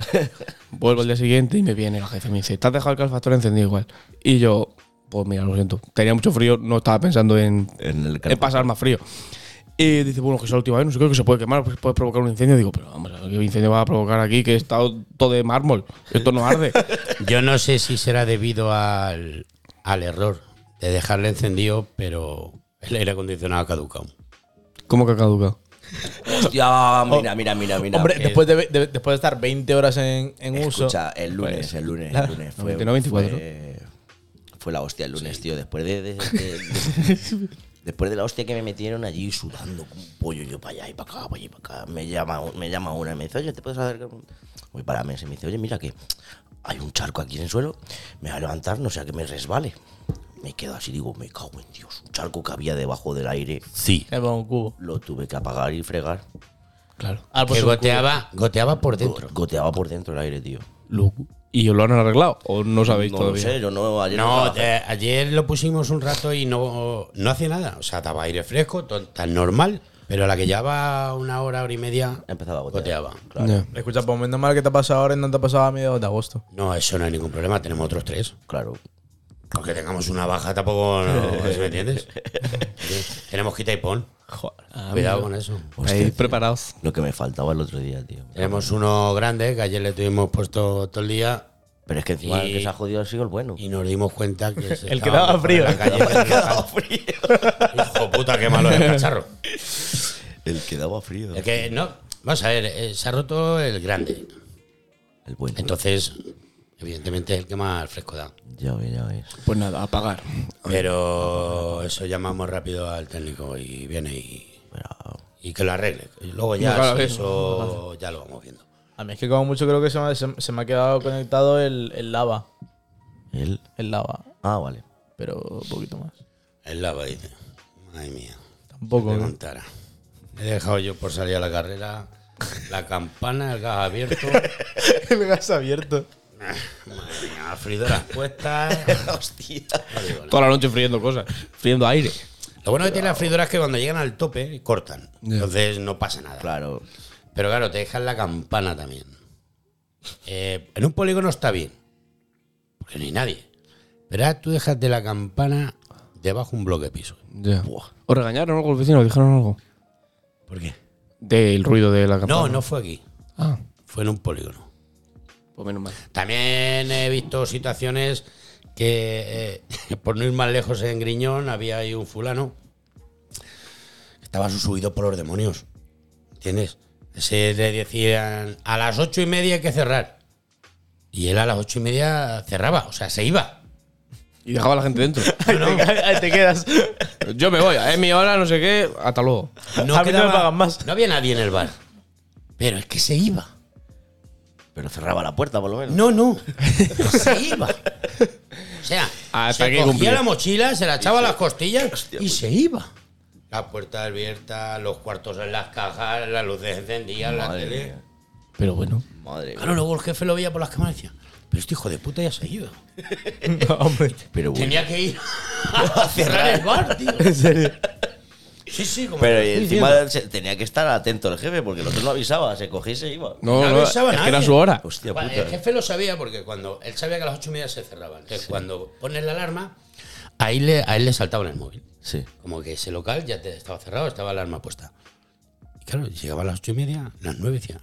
C: Vuelvo al día siguiente y me viene la jefe y me dice, ¿te has dejado el calefactor encendido igual? Y yo, pues mira, lo siento. Tenía mucho frío, no estaba pensando en,
A: En el
C: es pasar más frío. Y dice, bueno, que es la última vez, no sé qué, que se puede quemar, pues puede provocar un incendio. Digo, pero vamos a ver qué incendio va a provocar aquí, que he estado todo de mármol, esto no arde.
D: Yo no sé si será debido al, al error de dejarle encendido, pero el aire acondicionado ha caducado.
C: ¿Cómo que ha caducado?
A: Hostia, mira, mira, mira, mira.
B: Hombre,
A: Eh,
B: después de, ve- de- después de estar 20 horas en, en uso.
A: Escucha, el lunes, el lunes, el lunes. Fue,
C: 99, 24.
A: Fue, fue la hostia el lunes, tío. Después de, de- de- de- después de la hostia que me metieron allí sudando como un pollo, yo para allá y para acá, para allí y para acá. Me llama, un- me llama una y me dice, oye, ¿te puedes acercar? un-?" Voy para la mesa y me dice, oye, mira que hay un charco aquí en el suelo, me va a levantar, no sea que me resbale. Me quedo así, digo, me cago en Dios. Un charco que había debajo del aire,
D: Sí.
B: Me pongo un cubo.
A: lo tuve que apagar y fregar.
C: Claro.
B: Ah, pues
D: Que
B: un cubo.
D: goteaba, goteaba por dentro.
A: Goteaba por dentro el aire, tío.
C: ¿Y os lo han arreglado? ¿O no sabéis
A: No lo
C: todavía?
A: sé, yo no, ayer no
D: No,
A: trabajé.
D: eh, ayer lo pusimos un rato y no, no hacía nada. O sea, daba aire fresco, to- tan normal, pero la que llevaba una hora, hora y media,
A: Empezaba a gotear.
D: goteaba.
A: Claro.
C: Ya.
B: Escucha, pues menos mal que te ha pasado ahora y no te ha pasado a mediados de agosto.
D: No, eso no hay ningún problema, tenemos otros tres.
A: Claro.
D: Porque tengamos una baja tampoco, no, ¿sí ¿me entiendes? Sí, tenemos quita y pon.
A: Ah,
D: Cuidado con eso.
C: Ah, pues Estáis preparados.
A: Lo que me faltaba el otro día, tío.
D: Tenemos uno grande que ayer le tuvimos puesto todo el día
A: Pero es que encima
D: Y-
A: el que se ha jodido ha sido el bueno.
D: y nos dimos cuenta que se
B: El que
D: estaba
B: daba frío.
D: en la calle. Hijo puta, qué malo es el cacharro.
A: El que daba frío.
D: El que, no, vamos a ver, eh, se ha roto el grande.
A: El bueno.
D: Entonces, evidentemente es el que más fresco da.
A: ya ves, ya ves.
C: Pues nada, a pagar.
D: Pero eso llamamos rápido al técnico y viene y,
A: Pero-
D: y que lo arregle. Y luego ya
C: No, claro,
D: si
C: eso-
D: eso ya lo vamos viendo.
B: A mí es que como mucho creo que se me, se- se me ha quedado conectado el, el lava.
A: Él.
B: El lava,
A: Ah, vale.
B: pero un poquito más.
D: El lava dice, madre mía,
B: Tampoco.
D: te
B: ¿no?
D: contara. He dejado yo por salir a la carrera la campana, el gas abierto, Ah,
B: el gas abierto.
D: madre mía, las fridoras puestas.
A: Hostia.
C: Toda la noche friendo cosas, friendo aire.
D: Lo bueno que tiene las fridoras es que cuando llegan al tope cortan, entonces no pasa nada.
A: Claro.
D: Pero claro, te dejan la campana también. Eh, en un polígono está bien, porque no hay nadie. Pero ahora tú dejas de la campana debajo un bloque de piso.
C: Ya. ¿Os regañaron algo los vecinos? ¿Dijeron algo?
D: ¿Por qué?
C: Del ruido de la campana.
D: No, no fue aquí,
C: Ah,
D: fue en un polígono.
C: pues menos mal.
D: También he visto situaciones que, eh, por no ir más lejos en Griñón, había ahí un fulano que estaba subido por los demonios. ¿Entiendes? Se le decían a las ocho y media hay que cerrar. Y él a las ocho y media cerraba, o sea, se iba.
C: Y dejaba a la gente dentro.
B: Ahí te quedas.
C: Yo me voy, es mi hora, no sé qué, hasta luego.
B: A mí no me pagan más.
D: No había nadie en el bar. Pero es que se iba.
A: Pero cerraba la puerta, por lo menos.
D: No, no. Se iba. O sea,
C: Hasta
D: se
C: que
D: cogía
C: cumplió.
D: la mochila, se la echaba a las costillas y se iba. La puerta abierta, los cuartos en las cajas, las luces encendidas, la
A: Madre
D: tele.
A: mía.
C: Pero bueno.
A: Madre mía.
D: Claro, luego el jefe lo veía por las cámaras y decía, pero este hijo de puta ya se ha ido.
B: hombre.
A: Pero bueno.
D: Tenía que ir a cerrar el bar, tío. ¿En serio? eh, Sí, sí, como
A: Pero
D: te estoy
A: encima
D: diciendo.
A: se- tenía que estar atento el jefe, porque el otro no avisaba. Se cogía y se iba.
C: No,
D: No
C: no, es
D: avisaba a
C: que era
D: nadie.
C: su hora.
A: Hostia
D: Bueno,
A: puta.
D: El jefe lo sabía porque cuando él sabía que a las ocho y media se cerraban. Entonces, cuando pones la alarma, ahí le, a él le saltaban el móvil.
A: Sí.
D: Como que ese local ya te- estaba cerrado, estaba la alarma puesta. Y claro, llegaba a las ocho y media, las nueve decía.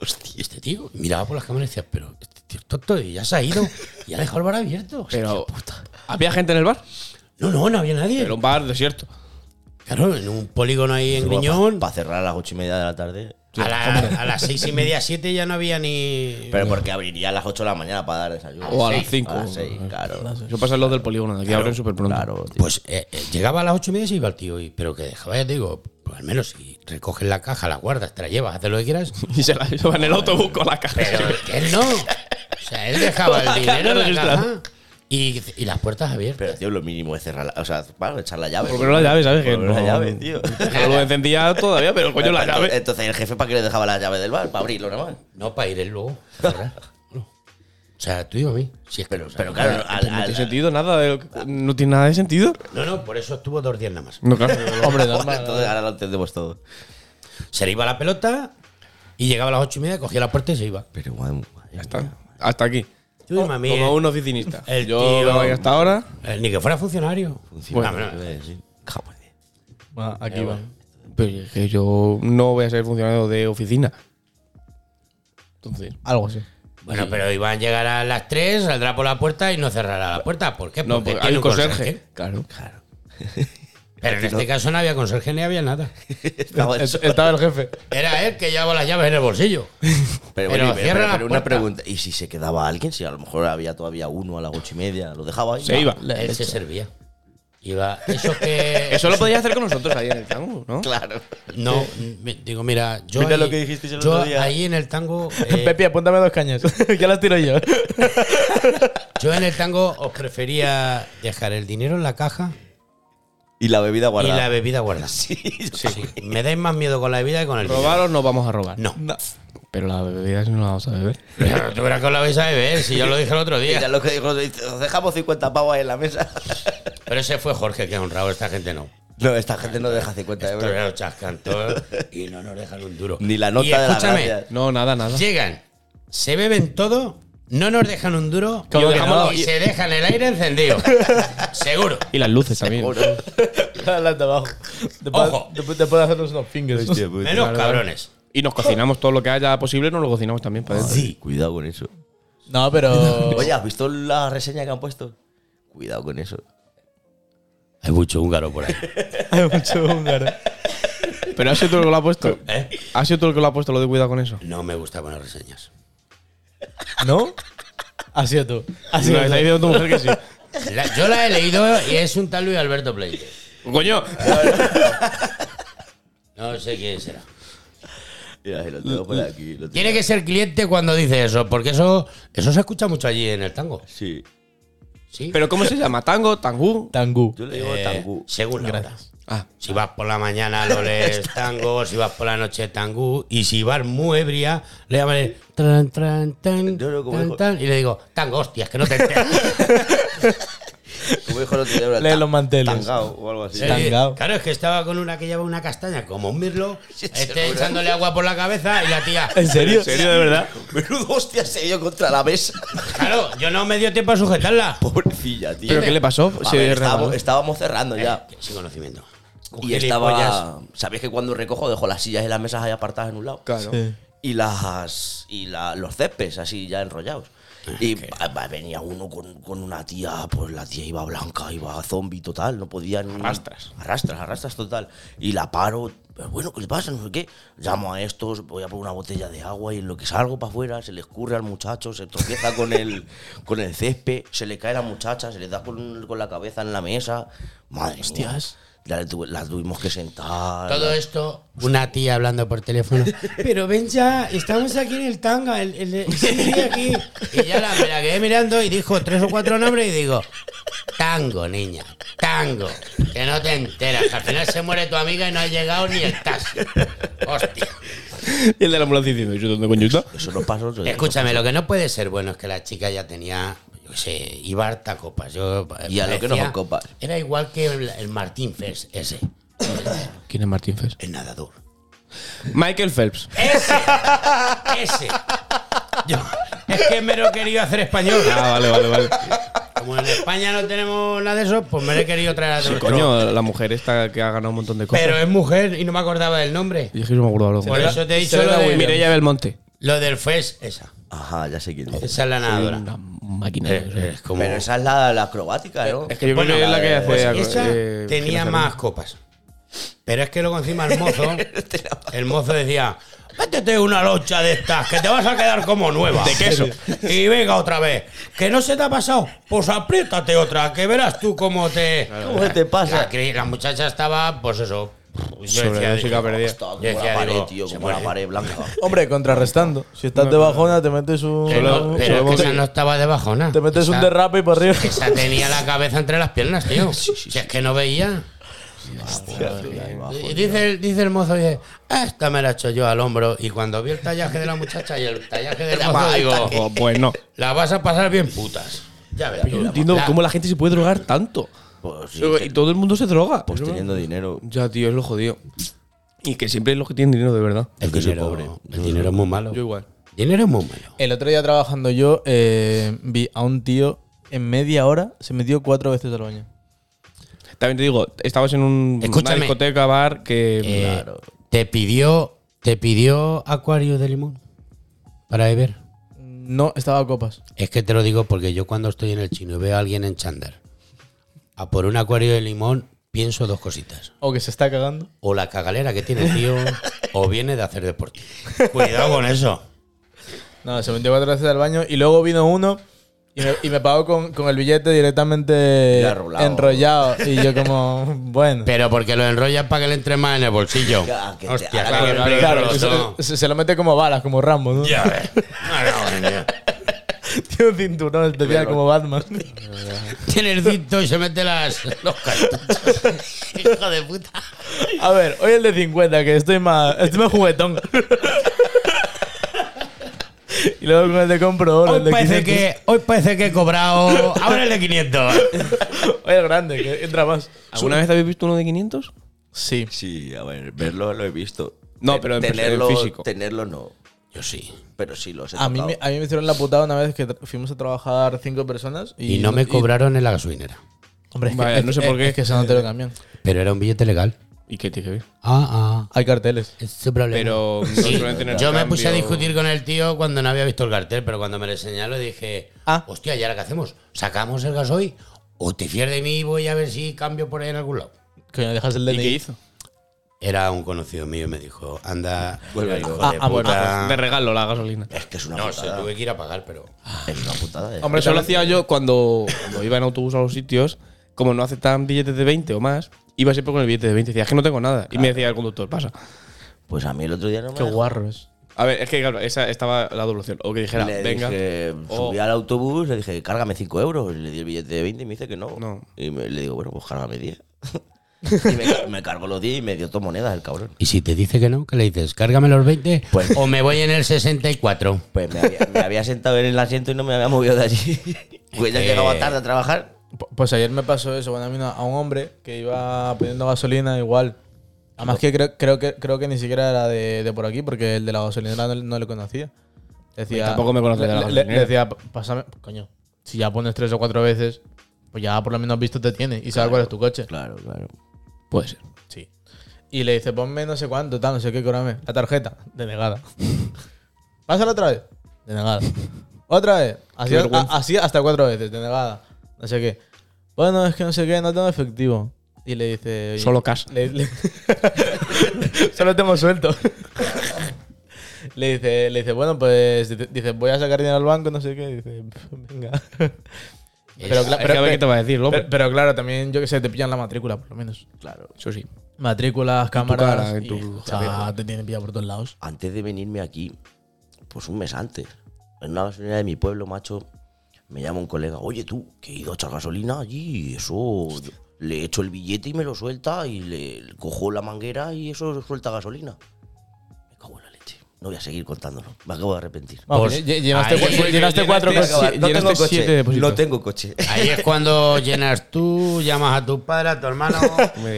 D: Hostia, este tío miraba por las cámaras y decía, pero este tío es tonto y ya se ha ido y ha dejado el bar abierto. Hostia,
C: Pero-
D: puta.
C: ¿Había gente en el bar?
D: No, no, no había nadie.
C: Era un bar desierto.
D: claro, en un polígono ahí en Griñón,
A: Para cerrar a las ocho y media de la tarde.
D: a, la- a las seis y media, siete ya no había ni.
A: Pero porque abriría a las 8 de la mañana para dar desayuno.
C: O a las
A: Sí,
C: cinco.
A: A las 6, claro.
C: Eso pasa en los del polígono, de aquí abren súper pronto.
A: Claro, tío.
D: Pues eh, eh, llegaba a las ocho y media y se iba el tío, y, pero que dejaba, ya te digo, pues al menos si recoges la caja, la guardas, te la llevas, haces lo que quieras.
C: Y se la llevan en el autobús con la caja.
D: Pero que él no. O sea, él dejaba el dinero en la caja y, y las puertas abiertas.
A: Pero, tío, lo mínimo es cerrar la, O sea, bueno, echar la llave.
C: Por lo menos la llave, ¿sabes?
A: Por lo menos
C: Que
A: la
C: no-
A: llave, tío.
C: No lo encendía todavía, pero coño, la llave.
A: Entonces, ¿el jefe para qué le dejaba la llave del bar? Para abrirlo, nomás.
D: No, para ir él luego. la verdad. No. O sea, tú y a mí. Si es que lo
A: Pero
D: sabes.
A: claro, al-
C: No tiene
A: al-
C: sentido nada. de lo que- No tiene nada de sentido.
D: No, no, por eso estuvo dos días nada más.
C: No, claro.
B: Hombre,
A: Bueno,
B: normal.
A: entonces ahora lo entendemos todo.
D: Se le iba la pelota y llegaba a las ocho y media, cogía la puerta y se iba.
A: Pero, madre
C: Ya está. Hasta aquí.
D: Tú y mami.
C: Como un oficinista.
D: El
C: Yo
D: tío-
C: vengo aquí hasta ahora.
D: eh, Ni que fuera funcionario.
C: Bueno.
D: No, no,
B: Va, Ah, aquí va.
C: Eh, Pero es que yo no voy a ser funcionario de oficina. Entonces.
B: Algo así.
D: Bueno, pero Iván llegará a las 3, saldrá por la puerta y no cerrará la puerta. ¿Por qué?
C: No,
D: Porque
C: porque
D: tiene
C: hay
D: un
C: un conserje. Claro.
D: Pero en este caso no había conserje ni había nada.
A: Estaba en
B: Es- Estaba el jefe.
D: Era él que llevaba las llaves en el bolsillo.
A: Pero,
D: Pero
A: bueno, y-
D: cierra
A: pero-
D: la
A: pero
D: puerta.
A: una pregunta. ¿Y si se quedaba alguien? Si a lo mejor había todavía uno a las ocho y media, lo dejaba ahí.
C: Se iba.
D: Él se servía. Iba. Eso que.
C: Eso lo podías hacer con nosotros ahí en el tango, ¿no?
A: Claro.
D: No, mi- digo, mira, yo.
A: Mira
D: ahí,
A: lo que dijisteis el
D: yo
A: otro día.
D: ahí en el tango. eh,
B: Pepe, apúntame dos cañas. ya las tiro yo.
D: yo en el tango os prefería dejar el dinero en la caja
A: Y la bebida guardada.
D: y la bebida guardada. Sí. Me dais más miedo con la bebida que con el dinero.
C: Robaros no vamos a robar.
D: No.
C: Pero las bebidas no las vamos a beber.
D: Pero tú verás que os la vais a beber, si yo lo dije el otro
A: Y ya
D: día.
A: lo que dijo, dice, os dejamos 50 pavos ahí en la mesa.
D: Pero ese fue Jorge que ha honrado, esta gente no.
A: No, esta gente no deja 50
D: Esto
A: euros.
D: lo chascan todo y no nos dejan un duro.
A: Ni la nota
D: Y
A: de la
D: escúchame,
A: gracia.
C: No, nada, nada.
D: Llegan, se beben todo, no nos dejan un duro
C: ¿Cómo que
D: y, dejamos-
C: no?
D: y se dejan el aire encendido. Seguro.
C: Y las luces también.
B: las de abajo. Después,
D: Ojo.
B: después- después de hacernos unos fingers.
D: Menos cabrones.
C: Y nos cocinamos todo lo que haya posible, nos lo cocinamos también para dentro.
A: Sí. Cuidado con eso.
B: No, pero.
A: Oye, ¿has visto la reseña que han puesto? Cuidado con eso.
D: Hay mucho húngaro por ahí.
B: Hay mucho húngaro.
C: Pero ha sido tú el que lo ha puesto. Ha sido tú el que lo ha puesto, lo de cuidado con eso.
D: No me gusta poner reseñas.
B: ¿No? Ha sido tú. Ha
C: Así
B: sido
C: no,
B: tú.
C: está diciendo tu mujer que sí.
D: La- yo la he leído y es un tal Luis Alberto Pleite.
C: Coño,
D: No sé quién será.
A: Mira, lo tengo por aquí. lo tengo.
D: Tiene que ser cliente cuando dice eso, porque eso, eso se escucha mucho allí en el tango.
A: Sí.
D: ¿sí?
C: pero ¿cómo se llama? ¿Tango? ¿Tangú?
B: Tangú.
A: Yo le digo
D: Eh,
A: tangú.
D: según la hora.
C: Ah,
D: Si vas por la mañana lo lees tango, si vas por la noche tangú, y si vas muy ebria, le llaman el tran, tran, tan,
A: Yo no como
D: tan,
A: hijo.
D: tan, y le digo, tango, hostias, que no te enteras.
A: Como dijo el otro día, era
B: Lee
A: tan-
B: los manteles.
A: Tangao o algo así.
D: Sí,
B: Tangao.
D: Claro, es que estaba con una que lleva una castaña como un mirlo, este,
A: seguro.
D: echándole agua por la cabeza y la tía.
B: ¿En serio?
C: ¿en serio de verdad?
A: Menudo hostia se dio contra la mesa.
D: Claro, yo no me dio tiempo a sujetarla.
A: Pues Pobrecilla, tío.
C: ¿Pero qué le pasó?
A: A
C: Se
A: ver,
C: resbaló.
A: estábamos, estábamos cerrando ya.
C: Eh,
D: Que Eh, Sin conocimiento. Un
A: Y
D: gilipollas.
A: estaba. ¿Sabéis que cuando recojo dejo las sillas y las mesas ahí apartadas en un lado?
C: Claro.
B: Sí.
A: y las y la- los céspedes así ya enrollados. Y va- va- venía uno con, con una tía, pues la tía iba blanca, iba zombie total, no podían.
C: Arrastras.
A: Arrastras, arrastras total. Y la paro, pero bueno, ¿qué le pasa? No sé qué. Llamo a estos, voy a por una botella de agua y en lo que salgo para afuera se le escurre al muchacho, se tropieza con el, con el césped, se le cae la muchacha, se le da con, con la cabeza en la mesa. Madre Hostias. La, tuve- la tuvimos que sentar.
D: Todo esto, una tía hablando por teléfono. Pero ven ya, estamos aquí en el tanga, el, el, el- sí, sí, aquí. Y ya la, me la quedé mirando y dijo tres o cuatro nombres y digo, tango, niña, tango. Que no te enteras, que al final se muere tu amiga y no ha llegado ni el taxi. Hostia.
C: Y el de la ambulancia diciendo, ¿yo dónde coño está?
A: Eso nos pasó. otro día.
D: Escúchame, lo que no puede ser bueno es que la chica ya tenía, yo qué sé, iba harta copas. Yo, eh,
A: Y a lo que no
D: parecía-
A: son copas.
D: Era igual que el, el Martín Fest ese,
C: ¿Quién es Martín Fes?
D: el nadador.
C: Michael Phelps.
D: Ese. Ese. Yo- es que me lo he querido hacer español.
C: Ah, vale, vale, vale.
D: Como en España no tenemos nada de eso, pues me lo he querido traer a
C: Sí,
D: otro.
C: coño, la mujer esta que ha ganado un montón de cosas.
D: Pero es mujer y no me acordaba del nombre.
C: Y es que yo me acuerdo de algo.
D: Por
B: Serena-
D: eso te he dicho
B: Serena
D: lo de
B: Williams.
C: Mireia Belmonte.
D: Lo del FES, esa.
A: Ajá, ya sé quién es.
D: Esa es la nadadora.
C: Una máquina.
A: Eh, eh, Pero esa es la, la acrobática, ¿no?
C: Es que yo
D: Bueno,
C: creo que es la que hace.
D: pues
C: algo,
D: esa
C: eh,
D: tenía
C: girasoles.
D: más copas. Pero es que luego encima el mozo, el mozo decía, métete una locha de estas, que te vas a quedar como nueva. De queso. Y venga otra vez. Que no se te ha pasado. Pues apriétate otra, que verás tú cómo te...
A: ¿Cómo te pasa?
D: La, cri- la muchacha estaba, pues eso. Yo
C: Sobre la música
D: digo,
C: perdida.
A: Está Pues como
D: Yo decía,
A: la pared,
D: digo,
A: tío,
D: se
A: como la
D: muere.
A: pared blanca.
B: Hombre, contrarrestando. Si estás de bajona, te metes un.
D: Que no,
C: Solo-
D: pero
C: solo
D: es que
C: te-
D: esa no estaba debajo, nada.
B: Te metes un derrape y para arriba.
D: Esa tenía la cabeza entre las piernas, tío. Si es que no veía.
C: Ah,
D: Y dice, el- dice el mozo, dice, esta me la he hecho yo al hombro. Y cuando vi el tallaje de la muchacha y el tallaje del mozo, digo,
C: Oh, pues no.
D: la vas a pasar bien putas. Ya verás.
C: Yo no entiendo cómo la gente se puede drogar tanto.
A: Pues, sí,
C: Y todo el mundo se droga.
A: pues
C: Eso-
A: teniendo dinero.
C: Ya, tío, es lo jodido. Y que siempre es los que tienen dinero de verdad.
A: Es que soy pobre.
D: El dinero es muy malo.
C: Yo igual.
D: Dinero es muy malo.
B: El otro día trabajando yo, eh, vi a un tío en media hora se metió cuatro veces al baño.
C: También te digo, estabas en un, una
D: Escúchame.
C: discoteca, bar, que.
D: Eh, Te pidió, te pidió acuario de limón para beber.
B: No, estaba a copas.
D: Es que te lo digo porque yo cuando estoy en el chino y veo a alguien en chándal a por un acuario de limón, pienso dos cositas.
B: O que se está cagando.
D: O la cagalera que tiene el tío, o viene de hacer deporte. Cuidado con eso.
B: No, se metió cuatro veces al baño y luego vino uno y me, y me pagó con, con el billete directamente
A: Ya rolado.
B: enrollado. Y yo como, bueno.
D: Pero porque lo enrollas para que le entre más en el bolsillo.
A: Ya, que te-
D: Hostia,
A: ahora
D: qué
A: que-
D: peligroso.
B: Claro, se- se, se lo mete como balas, como Rambo, ¿no?
D: Ya ves. No, no, no.
B: Tiene un cinturón especial como Batman.
D: Tiene el cinto y se mete las, los cartuchos. Hijo de puta.
B: A ver, hoy el de 50, que estoy más, estoy más juguetón. y luego con el de compro oro,
D: Hoy
B: el de 500.
D: parece, que, hoy parece que he cobrado. Ahora el de 500.
B: Hoy el grande, que entra más.
C: ¿Alguna vez habéis visto uno de 500?
B: Sí.
A: Sí, a ver, verlo lo he visto.
C: No,
A: Te-
C: pero en pers- en
A: tenerlo,
C: físico.
A: Tenerlo no,
D: Yo sí.
A: pero sí los he
B: A mí,
A: tocado.
B: me, a mí me hicieron la putada una vez que tra- fuimos a trabajar cinco personas y,
D: Y no me
B: y-
D: cobraron en la gasolinera.
B: Hombre, es que,
C: Vaya,
B: es
C: no sé
B: que-
C: por qué.
B: Es que eso no te lo cambian.
D: Pero era un billete legal.
C: ¿Y qué tiene que ver?
D: Ah, ah.
B: Hay carteles.
D: Es su problema.
C: Pero no
D: Sí,
C: suelen tener
D: yo me
C: cambio.
D: puse a discutir con el tío cuando no había visto el cartel, pero cuando me lo señaló dije,
B: Ah.
D: hostia, ¿y ahora qué hacemos? ¿Sacamos el gasoil? ¿O te fías de mí y voy a ver si cambio por ahí en algún lado?
B: Que no dejas el
C: ¿Y
B: DNI.
C: qué hizo?
D: Era un conocido mío y me dijo, anda,
A: Vuelve
D: hijo
B: a-
D: de
B: a-
D: puta.
C: De regalo la gasolina.
A: Es que es una
D: No sé,
A: putada.
D: tuve que ir a pagar, pero...
A: Es una putada. eh.
B: Hombre,
C: eso lo
B: también-
C: hacía yo cuando, cuando iba en autobús a los sitios. Como no aceptaban billetes de 20 o más, iba siempre con el billete de 20. Decía, es que no tengo nada. Y me decía el conductor, pasa.
A: Pues a mí el otro día no me
B: Qué
A: dejó.
B: guarro es.
C: A ver, es que claro, esa estaba la doble opción. O que dijera,
A: Le
C: venga.
A: dije,
C: o-
A: subí al autobús, le dije, cárgame 5 euros. Le di el billete de 20 y me dice que no.
C: No.
A: Y me- le digo, bueno, pues cárgame 10. y me, ca- me cargo los 10 y me dio dos monedas el cabrón.
D: Y si te dice que no, ¿qué le dices? ¿Cárgame los 20
A: Pues-
D: o me voy en el 64?
A: Pues me había, me había sentado en el asiento y no me había movido de allí. pues ya
D: Eh.
A: llegaba tarde a trabajar.
B: P- Pues ayer me pasó eso, bueno, a mí no, a un hombre que iba poniendo gasolina igual. Además que creo, creo que creo que ni siquiera era de, de por aquí, porque el de la gasolinera no, no le conocía. Decía,
C: Y tampoco me conoce
B: le-
C: de la
B: le- le,
C: gasolinera.
B: decía, pásame, coño, si ya pones tres o cuatro veces, pues ya por lo menos visto te tiene y sabe cuál es tu coche.
A: Claro, claro.
C: Puede ser.
B: Sí. Y le dice, ponme no sé cuánto, tal, no sé qué, cobrame. La tarjeta, denegada. Pásala otra vez, denegada. Otra vez, así,
C: Qué vergüenza.
B: a- así hasta cuatro veces, denegada. No sé qué. Bueno, es que no sé qué, no tengo efectivo. Y le dice, "Oye".
C: Solo cash.
B: Le- le- Solo tengo suelto. le, dice, le dice, bueno, pues dice- dice, voy a sacar dinero al banco, no sé qué. Y dice, venga. Pero,
D: Es-
B: cla-
C: Es que a ver qué te va a decir, López.
B: pero- pero claro, también, yo que sé, te pillan la matrícula, por lo menos.
A: Claro.
C: Eso sí.
B: Matrículas, cámaras.
C: cara, en
B: y,
C: tu
B: o sea, te tienen pillado por todos lados.
A: Antes de venirme aquí, pues un mes antes, en una gasolinera de mi pueblo, macho, me llama un colega, oye tú, que he ido a echar gasolina allí, y eso, le echo el billete y me lo suelta, y le, le cojo la manguera y eso suelta gasolina. Me cago en la leche. No voy a seguir contándolo, me acabo de arrepentir.
B: Vamos,
D: Pues,
B: lle- llenaste,
D: ahí
B: cu-
D: fue que
B: llenaste cuatro
A: Voy a acabar.
B: cosas.
A: No tengo
B: Llenaste siete
A: coche,
B: depósitos.
A: no tengo coche.
D: Ahí es cuando llenas tú, llamas a tu padre, a tu hermano.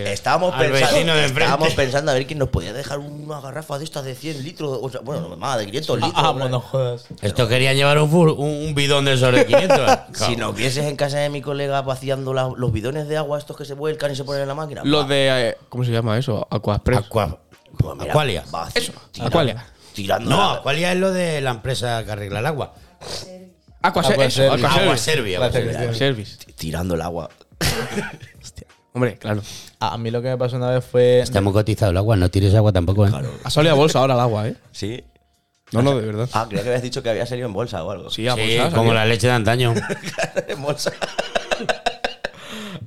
A: Estábamos
D: Al vecino
A: pensando,
D: de enfrente.
A: estábamos pensando a ver quién nos podía dejar una garrafa de estas de 100 litros, o sea, bueno, más de 500 litros.
B: Ah,
A: hombre.
B: bueno, jodas.
D: Esto querían llevar un, fur- un, un bidón de esos de 500.
A: Si nos vieses en casa de mi colega vaciando la- los bidones de agua, estos que se vuelcan y se ponen en la máquina.
C: Los
A: va,
C: de. eh, ¿Cómo se llama eso? Aquaspress.
D: Aqua-
A: pues mira,
D: Aqualia.
A: vaci-
C: Aqualia.
A: tirando.
D: No,
A: la-
D: ¿cuál ya es lo de la empresa que arregla el agua?
C: Aquaservice.
B: Aquaservice.
D: Agua Serbia.
B: Gracias,
D: Agua Serbia.
B: gracias.
C: Service.
A: t- Tirando el agua.
C: Hombre, claro.
B: Ah, A mí lo que me pasó una vez fue.
D: Está muy cotizado el agua, no tires agua tampoco, ¿eh?
C: Ha salido a bolsa ahora el agua, ¿eh?
A: Sí.
C: No, no, de verdad.
A: Ah, creía que habías dicho que había salido en bolsa o algo.
C: Sí, a
D: Sí,
C: bolsa. ha
D: como
C: salido.
D: la leche de antaño.
A: en bolsa.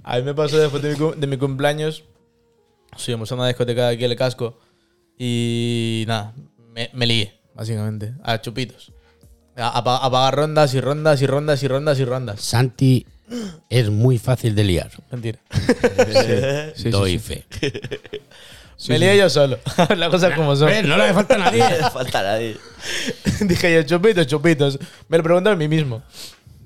B: A mí me pasó después de mi, cum- de mi cumpleaños. Subimos a una discoteca de aquí en el casco. Y nada, me, me lié, básicamente. A chupitos. A, a pa- a pagar rondas y rondas y rondas y rondas y rondas.
D: Santi es muy fácil de liar.
B: Mentira.
C: Sí, sí,
D: Doy
C: sí.
D: fe.
B: me lié yo solo. Las cosas como son.
D: Eh, No le hace falta a nadie.
A: No falta nadie.
B: Dije yo, chupitos, chupitos. Me lo pregunto a mí mismo.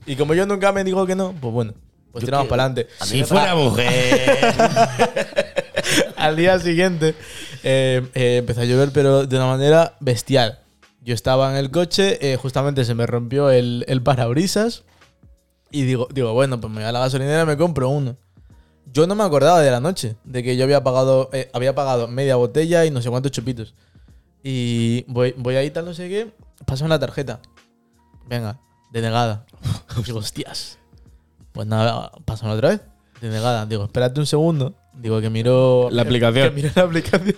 B: Y como yo nunca me digo que no, pues bueno. Pues
A: Yo
B: tiramos
A: que-
B: para adelante.
D: Si fuera mujer.
B: Al día siguiente eh, eh, empezó a llover, pero de una manera bestial. Yo estaba en el coche, eh, justamente se me rompió el, el parabrisas y digo, digo, bueno, pues me voy a la gasolinera y me compro uno. Yo no me acordaba de la noche, de que yo había pagado, eh, había pagado media botella y no sé cuántos chupitos. Y voy, voy ahí tal, no sé qué, pásame la tarjeta. Venga, denegada. Digo, hostias. Pues nada, pásame otra vez. Denegada. Digo, espérate un segundo. Digo, que miro...
C: La
B: que-
C: aplicación.
B: Que miro la aplicación.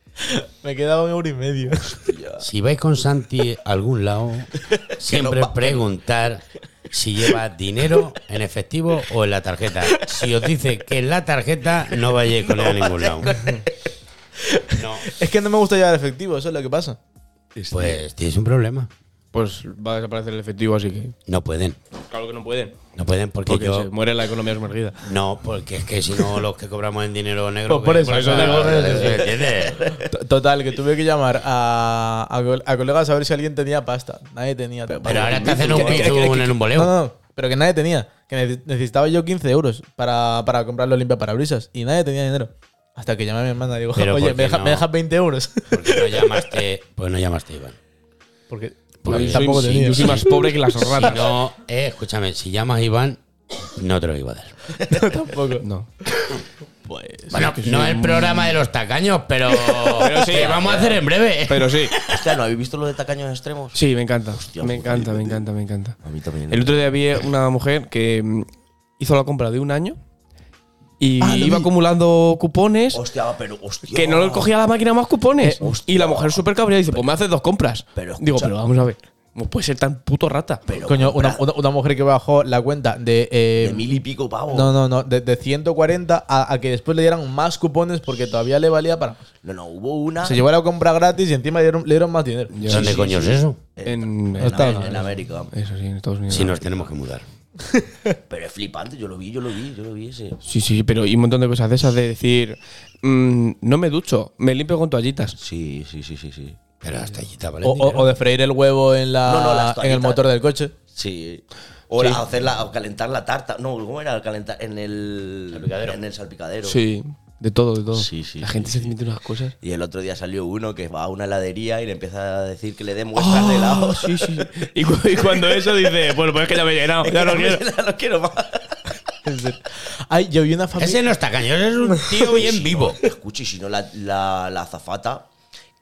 B: me quedaba un euro y medio.
D: Si vais con Santi a algún lado, siempre preguntar si lleva dinero en efectivo o en la tarjeta. Si os dice que en la tarjeta, no vayáis con él a ningún lado. No.
B: es que no me gusta llevar efectivo, eso es lo que pasa.
D: Pues tienes un problema.
C: Pues va a desaparecer el efectivo, así que.
D: No pueden.
C: Claro que no pueden.
D: No pueden porque,
C: Porque
D: yo.
C: se muere la economía sumergida.
D: No, porque es que si no, los que cobramos en dinero negro.
B: Pues por
D: que-
B: eso, eso
D: claro,
B: digo,
D: claro,
B: eso,
D: claro, ¿entiendes?
B: T- Total, que tuve que llamar a, a, col- a colegas a ver si alguien tenía pasta. Nadie tenía.
D: Pero ahora te hacen un ¿eh?
B: Que- que- que-
D: bizum en un
B: No,
D: boleo.
B: no, no, pero que nadie tenía. Que nece- necesitaba yo 15 euros para, para comprar los limpiaparabrisas. Y nadie tenía dinero. Hasta que llamé a mi hermana y digo,
D: Pero
B: oye,
D: ¿por
B: ¿me,
D: qué
B: deja-
D: no?
B: me dejas 20 euros?
D: Porque no llamaste. Pues no llamaste, Iván.
B: Porque,
D: Porque
C: yo,
B: tampoco
C: soy,
B: tenía.
C: yo soy más pobre que las
D: Si
C: ratas.
D: no, eh, escúchame, si llamas a Iván, no te lo iba a dar.
B: tampoco.
C: No.
D: Bueno, no el programa de los tacaños, pero,
C: sí.
D: que vamos a hacer en breve.
C: Pero sí.
A: Hostia, ¿no habéis visto lo de tacaños extremos?
C: Sí, me encanta. me
A: pues,
C: encanta, me
A: vete.
C: encanta, me encanta.
A: A mí también.
C: El otro día vi una mujer que mm, hizo la compra de un año y
A: Ah, lo
C: iba
A: vi.
C: acumulando cupones
A: Hostia, pero hostia. Eh,
C: que no le cogía la máquina más cupones.
A: hostia.
C: y la mujer súper cabreada dice, pues me haces dos compras.
A: Pero escucha-
C: Digo, pero vamos a ver. ¿Cómo puede ser tan puto rata?
A: Pero
B: Coño, una,
A: compra
B: una- una mujer que bajó la cuenta de. eh,
A: de mil y pico pavos.
B: no, no, no, de, de 140 a, a que después le dieran más cupones porque todavía le valía para.
A: No, no, hubo una.
B: Se llevó la compra gratis y encima le dieron, le dieron más dinero.
C: Yo-
D: ¿Dónde
A: sí,
D: coño
A: sí.
D: es eso?
A: eh,
C: en,
A: en,
C: en-
A: América, en América.
C: Eso sí, en Estados Unidos.
D: Si nos tenemos que mudar.
A: Pero es flipante, yo lo vi, yo lo vi, yo lo vi ese.
C: Sí, sí, pero y un montón de cosas de esas de decir, mm, no me ducho, me limpio con toallitas.
A: Sí, sí, sí, sí, sí.
D: Pero hasta allí está, ¿vale?
B: O, o- o de freír el huevo en, la,
A: No, no, las
B: en el
A: toallitas.
B: motor del coche.
A: Sí. O la- hacer la- o calentar la tarta. No, ¿cómo era? Calentar en el salpicadero. En el salpicadero.
C: Sí, de todo, de todo.
A: Sí, sí,
C: La
A: sí,
C: gente se mete unas cosas.
A: Y el otro día salió uno que va a una heladería y le empieza a decir que le dé
C: Pues
A: muestras de helado.
C: Ah, Oh, Sí, sí. Y, cu- y cuando eso dice, bueno, pues es que ya me he llenado, ya no quiero.
A: Ya no quiero más.
B: En serio. Ay, yo vi una familia.
D: Ese no es tacaño, ese es un tío bien vivo.
A: Escuche, y si no, la, la, la azafata,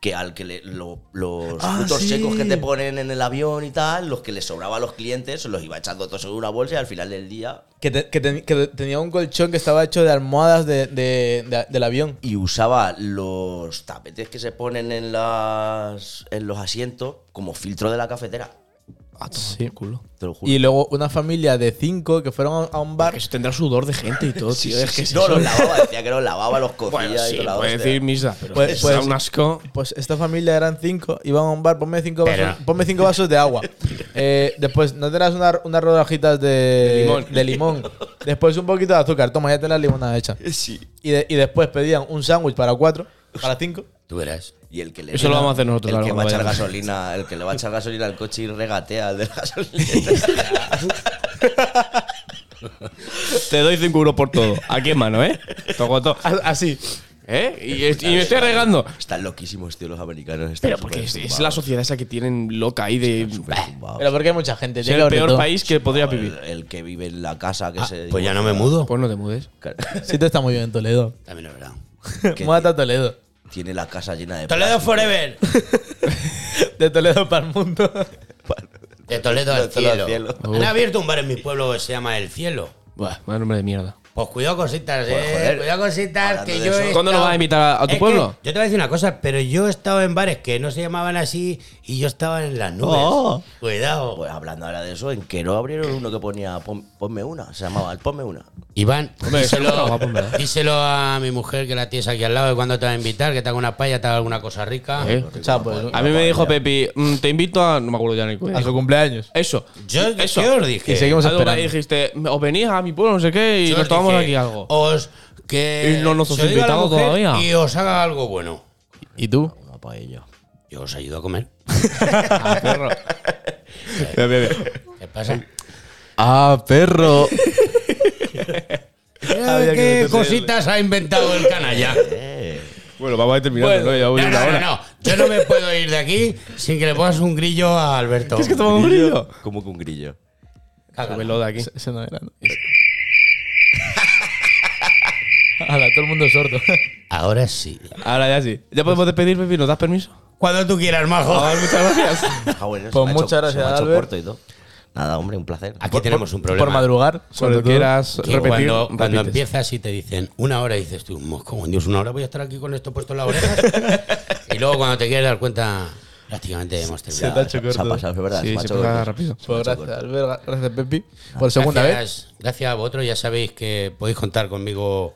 A: que al que le- lo- los
B: Ah,
A: frutos
B: sí.
A: secos que te ponen en el avión y tal, los que le sobraba a los clientes, se los iba echando todos en una bolsa y al final del día.
B: Que, te- que te- que tenía un colchón que estaba hecho de almohadas de- de- de- del avión.
A: Y usaba los tapetes que se ponen en, las, en los asientos como filtro de la cafetera.
C: Ah,
B: Sí.
A: Te lo juro.
B: Y luego una familia de cinco que fueron a a un bar.
C: Que se tendrá sudor de gente y todo, tío. Es que es
A: no,
C: eso.
A: los lavaba, decía que los lavaba, los cocía
C: Bueno,
A: y
C: sí,
A: toda la
C: puede
A: hostia.
C: decir misa, pero
B: Pues-
C: es
B: pues-
C: un asco.
B: Pues esta familia eran cinco, iban a un bar, ponme cinco
D: Pero-
B: vasos, ponme cinco vasos de agua. Eh, después, ¿no tendrás una- unas rodajitas de,
C: limón.
B: de limón? Después un poquito de azúcar, toma, ya tenés la limonada hecha.
A: eh, Sí.
B: Y, de- y después pedían un sándwich para cuatro, para cinco.
D: Tú verás.
A: Y el que le
C: Eso lo vamos a hacer nosotros
A: El
C: ahora
A: que va a
C: cuando
A: echar
C: vayamos.
A: gasolina, el que le va a echar gasolina al coche y regatea al de la gasolina.
C: Te doy 5 euros por todo. Aquí en mano, ¿eh? Toco todo.
B: A- Así.
C: ¿Eh? Y, es- y me estoy regando.
A: Están loquísimos, tío, los americanos. Están
C: Pero porque es,
A: súper
C: es la sociedad esa que tienen loca ahí de. bah,
A: tumbados.
B: Pero porque hay mucha gente.
C: Es
B: tiene
C: el
B: que haber de
C: peor
B: todo.
C: país que podría
A: el,
C: vivir.
A: el que vive en la casa que se.
D: Pues ya no me mudo.
C: Pues Ah, no te mudes.
A: Claro.
B: Sí, te está muy bien en Toledo.
D: También es verdad.
A: Que-
B: Múdate a Toledo.
A: tiene la casa llena de
D: Toledo
A: plástico.
D: Forever.
B: De Toledo para el mundo.
D: De Toledo
A: De
D: al
A: Toledo
D: cielo.
A: al cielo.
D: Han abierto un bar en mi pueblo que se llama El Cielo.
C: Buah, mal nombre de mierda.
D: Pues cuidado cositas,
A: Pues,
D: eh.
A: joder,
D: cuidado cositas
A: hablando
D: que
A: de
D: yo.
A: eso.
D: he
C: ¿Cuándo nos
D: estado-
C: vas a invitar a- a tu
D: Es que
C: pueblo?
D: yo te voy a decir una cosa, pero yo he estado en bares que no se llamaban así y yo estaba en las nubes.
A: Oh.
D: Cuidado.
A: Pues hablando ahora de eso, en Quero abrieron uno que ponía "Pon- ponme una, se llamaba el ponme una.
D: Iván,
C: Hombre, eso no está
D: díselo,
C: guapo, en verdad.
D: díselo a mi mujer que la tienes aquí al lado de cuando te va a invitar, que te haga una paella, te haga alguna cosa rica.
C: ¿Eh?
B: Escucha, pues,
C: A mí me dijo Pepi, mm, te invito a. No me acuerdo ya ni cuál.
B: a su cumpleaños.
C: Eso.
D: Yo
C: eso.
D: ¿qué os dije.
B: Y seguimos
C: Algo que
B: esperando.
C: dijiste, os venís a mi pueblo, no sé qué, y
D: Yo
C: nos
D: os
C: tomamos
D: dije, "Oh".
C: aquí algo.
D: Os que
C: Y no nos
D: se
C: has
D: lo diga a la
C: invitado
D: mujer
C: todavía.
D: Y os haga algo bueno.
C: ¿Y tú?
A: Una paella.
D: Yo os ayudo a comer.
C: Ah, perro.
D: ¿Qué pasa?
C: Ah, perro.
B: Ah,
D: ¿Qué cositas ha inventado el canalla?
B: Eh,
C: Bueno, vamos a ir terminando,
D: Bueno,
C: ¿no? Ya voy
D: no,
C: una
D: no, no,
C: hora.
D: no. Yo no me puedo ir de aquí sin que le pongas un grillo a Alberto.
C: ¿Es que tomamos un grillo?
A: Como que un grillo.
D: Cágala.
C: Súbelo de aquí.
B: Ese- Ese no era. ¿no? Ala, todo el mundo es sordo.
D: Ahora sí.
C: Ahora ya sí. ¿Ya podemos despedir, Pepi? ¿Nos das permiso?
D: Cuando tú quieras, majo.
C: Muchas gracias.
A: Ah, bueno, se
B: Pues
A: me ha
B: muchas
A: hecho- se
B: gracias,
A: me ha hecho
B: Albert.
A: corto y todo. Nada, hombre, un placer.
D: Aquí tenemos un problema.
B: Por madrugar, sobre
C: Cuando
B: todo.
C: quieras
D: Que
C: repetir,
D: cuando, cuando
C: repites.
D: empiezas y te dicen una hora, dices tú, como Dios, una hora voy a estar aquí con esto puesto en la oreja. y luego cuando te quieres dar cuenta, prácticamente hemos
B: Se te ha
D: terminado.
B: hecho
A: Se ha
B: corto.
A: pasado, es verdad.
C: Sí,
A: se me ha
C: se
A: hecho
C: pasa
A: corto.
C: rápido.
A: Se me ha
B: Pues
A: hecho
B: gracias,
A: corto.
B: Albert. Gracias, Pepi. Por segunda vez.
D: gracias, Gracias a vosotros, ya sabéis que podéis contar conmigo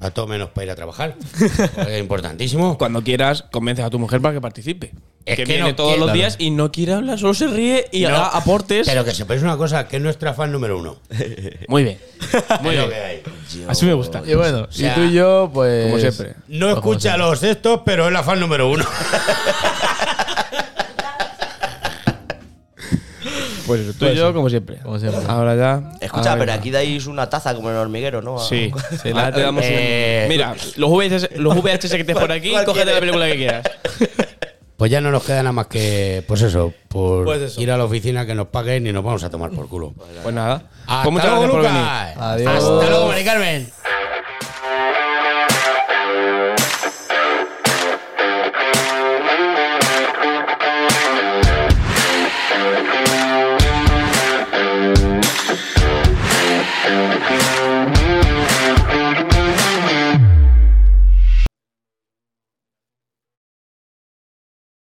D: a todo menos para ir a trabajar. es importantísimo.
C: Cuando quieras, convences a tu mujer para que participe.
D: Es
C: que,
D: que
C: viene
D: no
C: todos
D: quiero.
C: los días y no quiere hablar, solo se ríe y
D: No,
C: da aportes.
D: Pero que sepáis una cosa, que es nuestra fan número uno.
C: Muy bien. Muy
D: Es
C: bien.
D: lo que hay.
C: Así me gusta.
B: Y bueno,
D: sea,
B: y tú y yo, pues.
C: como siempre.
D: No escucha a los estos, pero es la fan número uno.
C: Pues eso, tú y yo, como siempre.
B: Como siempre.
C: Ahora ya.
A: Escucha,
C: ahora
A: pero
C: ya.
A: aquí dais una taza como en el hormiguero, ¿no?
C: Sí,
B: Sí,
C: ahora
B: la-
C: te damos un-
D: Ah, eh,
C: Mira, los VHS, los VHS que te por aquí,
A: cualquiera.
C: cógete la película que quieras.
D: Pues ya no nos queda nada más que, pues eso, por
C: Pues eso.
D: ir a la oficina que nos paguen y nos vamos a tomar por culo.
C: Pues nada.
D: Hasta
C: Pues muchas gracias
D: luego,
C: por venir.
D: Lucas.
B: Adiós.
D: Hasta luego, Mari Carmen.